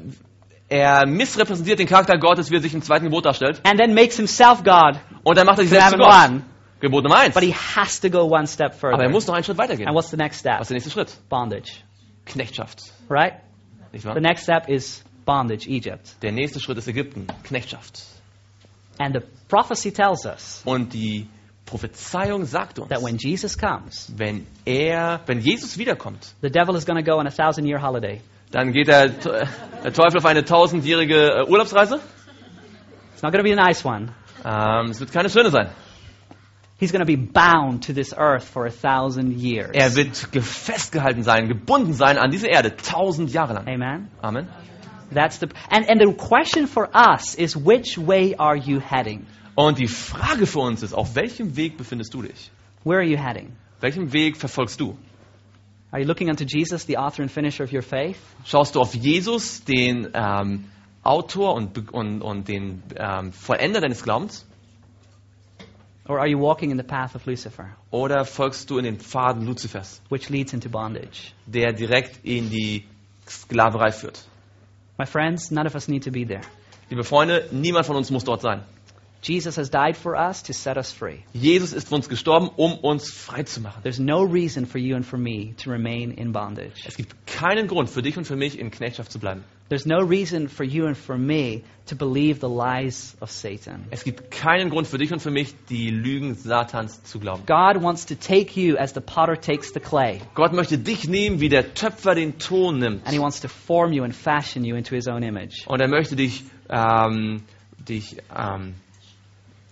B: er missrepräsentiert den Charakter Gottes, wie er sich im zweiten Gebot darstellt.
A: And then makes himself God.
B: Und dann macht er sich selbst zu
A: Commandment
B: Gott.
A: one.
B: Gebot Nummer eins.
A: But he has to go one step
B: Aber er
A: further.
B: muss noch einen Schritt weitergehen.
A: And
B: Was
A: what's the next step?
B: ist der nächste Schritt?
A: Bondage.
B: Knechtschaft.
A: Right?
B: Nicht wahr?
A: The next step is bondage, Egypt.
B: Der nächste Schritt ist Ägypten. Knechtschaft.
A: And the prophecy tells us
B: Und die Prophezeiung sagt uns,
A: that when Jesus comes,
B: wenn er, wenn Jesus wiederkommt,
A: the devil is going to go on a thousand year holiday.
B: dann geht der, Te- der Teufel auf eine tausendjährige äh, Urlaubsreise.
A: It's not going to be a nice one.
B: Ähm, es wird keine schöne sein.
A: He's going to be bound to this earth for a thousand years.
B: Er wird ge- festgehalten sein, gebunden sein an diese Erde, tausend Jahre lang.
A: Amen.
B: Amen.
A: That's the and and the question for us is which way are you heading?
B: Und die Frage für uns ist, auf welchem Weg befindest du dich?
A: Where are you heading?
B: Welchem Weg verfolgst du?
A: Are you looking unto Jesus, the author and finisher of your faith?
B: Schaust du auf Jesus, den ähm, Autor und, Be- und, und den ähm, Vollender deines Glaubens?
A: Or are you walking in the path of Lucifer,
B: Oder folgst du in den Pfaden Luzifers,
A: which leads into bondage?
B: der direkt in die Sklaverei führt?
A: My friends, none of us need to be there.
B: Liebe Freunde, niemand von uns muss dort sein.
A: Jesus has died for us to set us free.
B: Jesus ist für uns gestorben, um uns frei zu machen.
A: There's no reason for you and for me to remain in bondage.
B: Es gibt keinen Grund für dich und für mich, in Knechtschaft zu bleiben.
A: There's no reason for you and for me to believe the lies of Satan.
B: Es gibt keinen Grund für dich und für mich, die Lügen Satans zu glauben.
A: God wants to take you as the potter takes the clay,
B: Gott möchte dich nehmen, wie der Töpfer den Ton nimmt.
A: and he wants to form you and fashion you into his own image.
B: Und er möchte dich, ähm, dich, ähm,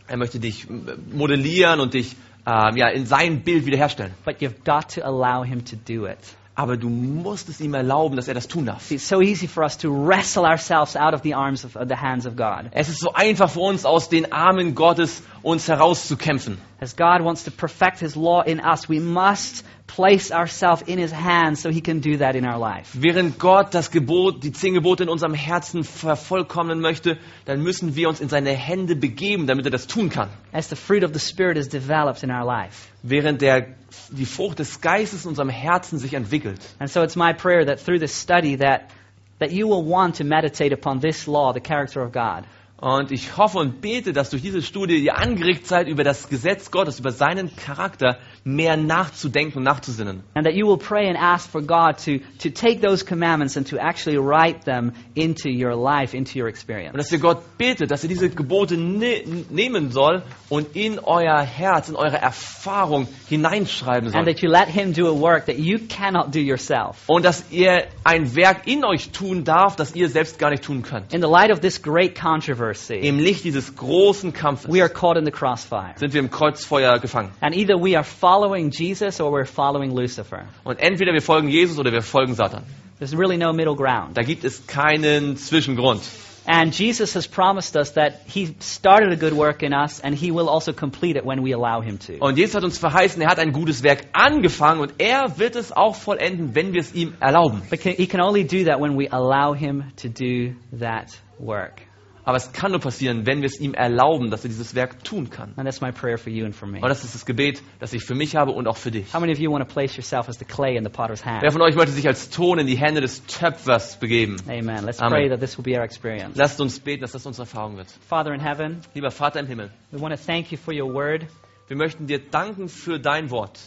B: er möchte dich modellieren und dich ähm, ja, in sein Bild wiederherstellen.
A: But you've got to allow him to do it.
B: Aber du musst es ihm erlauben, dass er das tun darf.
A: See, It's so easy for us to wrestle ourselves out of the arms of, of the hands of God.
B: Es ist so einfach für uns, aus den Armen Gottes uns herauszukämpfen.
A: As God wants to perfect his law in us, we must place ourselves in his hands so he can do that in our life.
B: Während Gott das Gebot, die zehn Gebote in unserem Herzen vervollkommnen möchte, dann müssen wir uns in seine Hände begeben, damit er das tun kann.
A: As the fruit of the Spirit is developed in our life.
B: Während der, die Frucht des Geistes in unserem Herzen sich entwickelt.
A: And so it's my prayer that through this study that, that you will want to meditate upon this law, the character of God.
B: Und ich hoffe und bete, dass durch diese Studie ihr angeregt seid, über das Gesetz Gottes, über seinen Charakter mehr nachzudenken und nachzusinnen.
A: And that you will pray and ask for God to, to take those commandments and to actually write them into your life, into your
B: Und
A: experience.
B: dass ihr Gott betet, dass ihr diese Gebote ne nehmen soll und in euer Herz, in eure Erfahrung hineinschreiben
A: And
B: soll.
A: that you let Him do a work that you cannot do yourself.
B: Und dass ihr ein Werk in euch tun darf, das ihr selbst gar nicht tun könnt.
A: In the light of this great controversy,
B: Im Licht dieses großen Kampfes
A: we are caught in the crossfire.
B: sind wir im Kreuzfeuer gefangen.
A: And either we are following Jesus or we're following Lucifer.
B: Und entweder wir folgen Jesus oder wir folgen Satan.
A: There's really no middle ground.
B: Da gibt es keinen Zwischengrund.
A: And Jesus has promised us that He started a good work in us and He will also complete it when we allow Him to.
B: Und Jesus hat uns verheißen, er hat ein gutes Werk angefangen und er wird es auch vollenden, wenn wir es ihm erlauben.
A: But can, He can only do that when we allow Him to do that work.
B: Aber es kann nur passieren, wenn wir es ihm erlauben, dass er dieses Werk tun kann.
A: And that's my prayer for you and for me.
B: Und das ist das Gebet, das ich für mich habe und auch für dich.
A: How many of you want to place yourself as the clay in the potter's
B: Wer
A: hand?
B: von euch möchte sich als Ton in die Hände des Töpfers begeben?
A: Amen. Let's
B: Amen.
A: pray that this will be our experience.
B: Lasst uns beten, dass das unsere Erfahrung wird.
A: Father in heaven,
B: Lieber Vater im Himmel,
A: we want to thank you for your word.
B: wir möchten dir danken für dein Wort.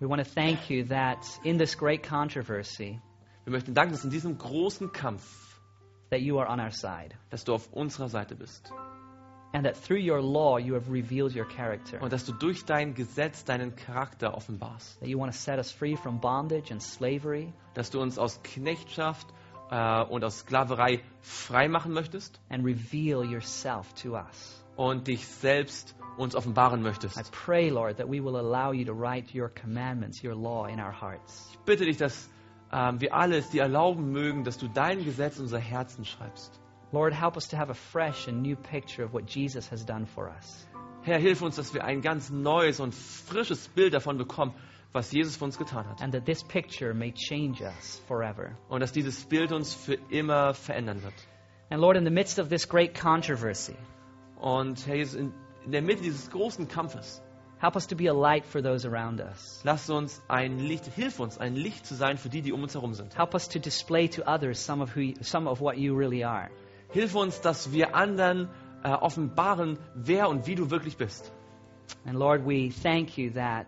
A: We want to thank you that in this great controversy
B: Wir möchten danken, dass in diesem großen Kampf,
A: that you are on our side
B: dass du auf unserer Seite bist.
A: and that through your law you have revealed your character.
B: Und dass du durch dein Gesetz deinen Charakter offenbarst.
A: That you want to set us free from bondage and slavery
B: dass du uns aus Knechtschaft äh, und aus Sklaverei frei machen möchtest
A: and reveal yourself to us.
B: und dich selbst uns offenbaren
A: I
B: möchtest.
A: pray, Lord, that we will allow you to write your commandments, your law in our hearts.
B: Ich bitte dich, dass ähm, wir alle es dir erlauben mögen, dass du dein Gesetz in unser Herzen schreibst.
A: Lord, help us to have a fresh and new picture of what Jesus has done for us.
B: Herr, hilf uns, dass wir ein ganz neues und frisches Bild davon bekommen, was Jesus für uns getan hat.
A: and that this picture may change us forever.
B: Und dass dieses Bild uns für immer verändern wird.
A: And Lord, in the midst of this great controversy,
B: Und Herr Jesus, in, in der Mitte dieses großen Kampfes,
A: help us to be a light for those around us.
B: lass uns ein Licht, hilf uns, ein Licht zu sein für die, die um uns herum sind.
A: Help us to display to others some of, who, some of what you really are.
B: Hilf uns, dass wir anderen äh, offenbaren, wer und wie du wirklich bist.
A: And Lord, we thank you that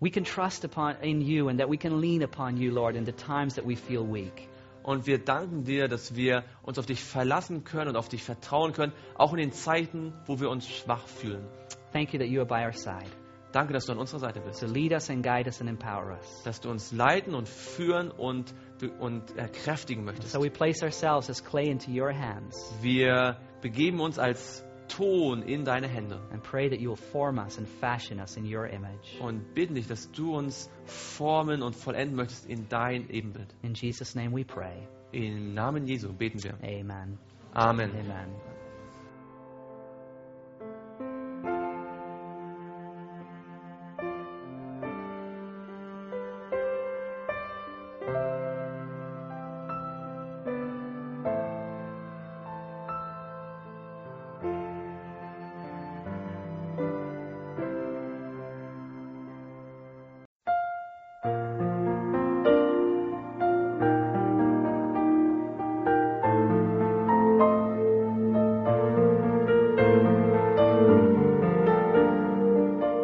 A: we can trust upon in you and that we can lean upon you, Lord, in the times that we feel weak.
B: Und wir danken dir, dass wir uns auf dich verlassen können und auf dich vertrauen können, auch in den Zeiten, wo wir uns schwach fühlen.
A: Thank you that you are by our side.
B: Danke, dass du an unserer Seite bist,
A: So lead us and guide us and empower us.
B: dass du uns leiten und führen und, und erkräftigen möchtest.
A: So we place ourselves as clay into your hands
B: Wir begeben uns als Ton in deine Hände
A: and pray that you will form us and fashion us in your image.
B: und bitten dich, dass du uns formen und vollenden möchtest in dein Ebenbild.
A: In Jesus' name we pray.
B: Im Namen Jesu beten wir.
A: Amen.
B: Amen.
A: Amen.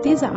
C: Diese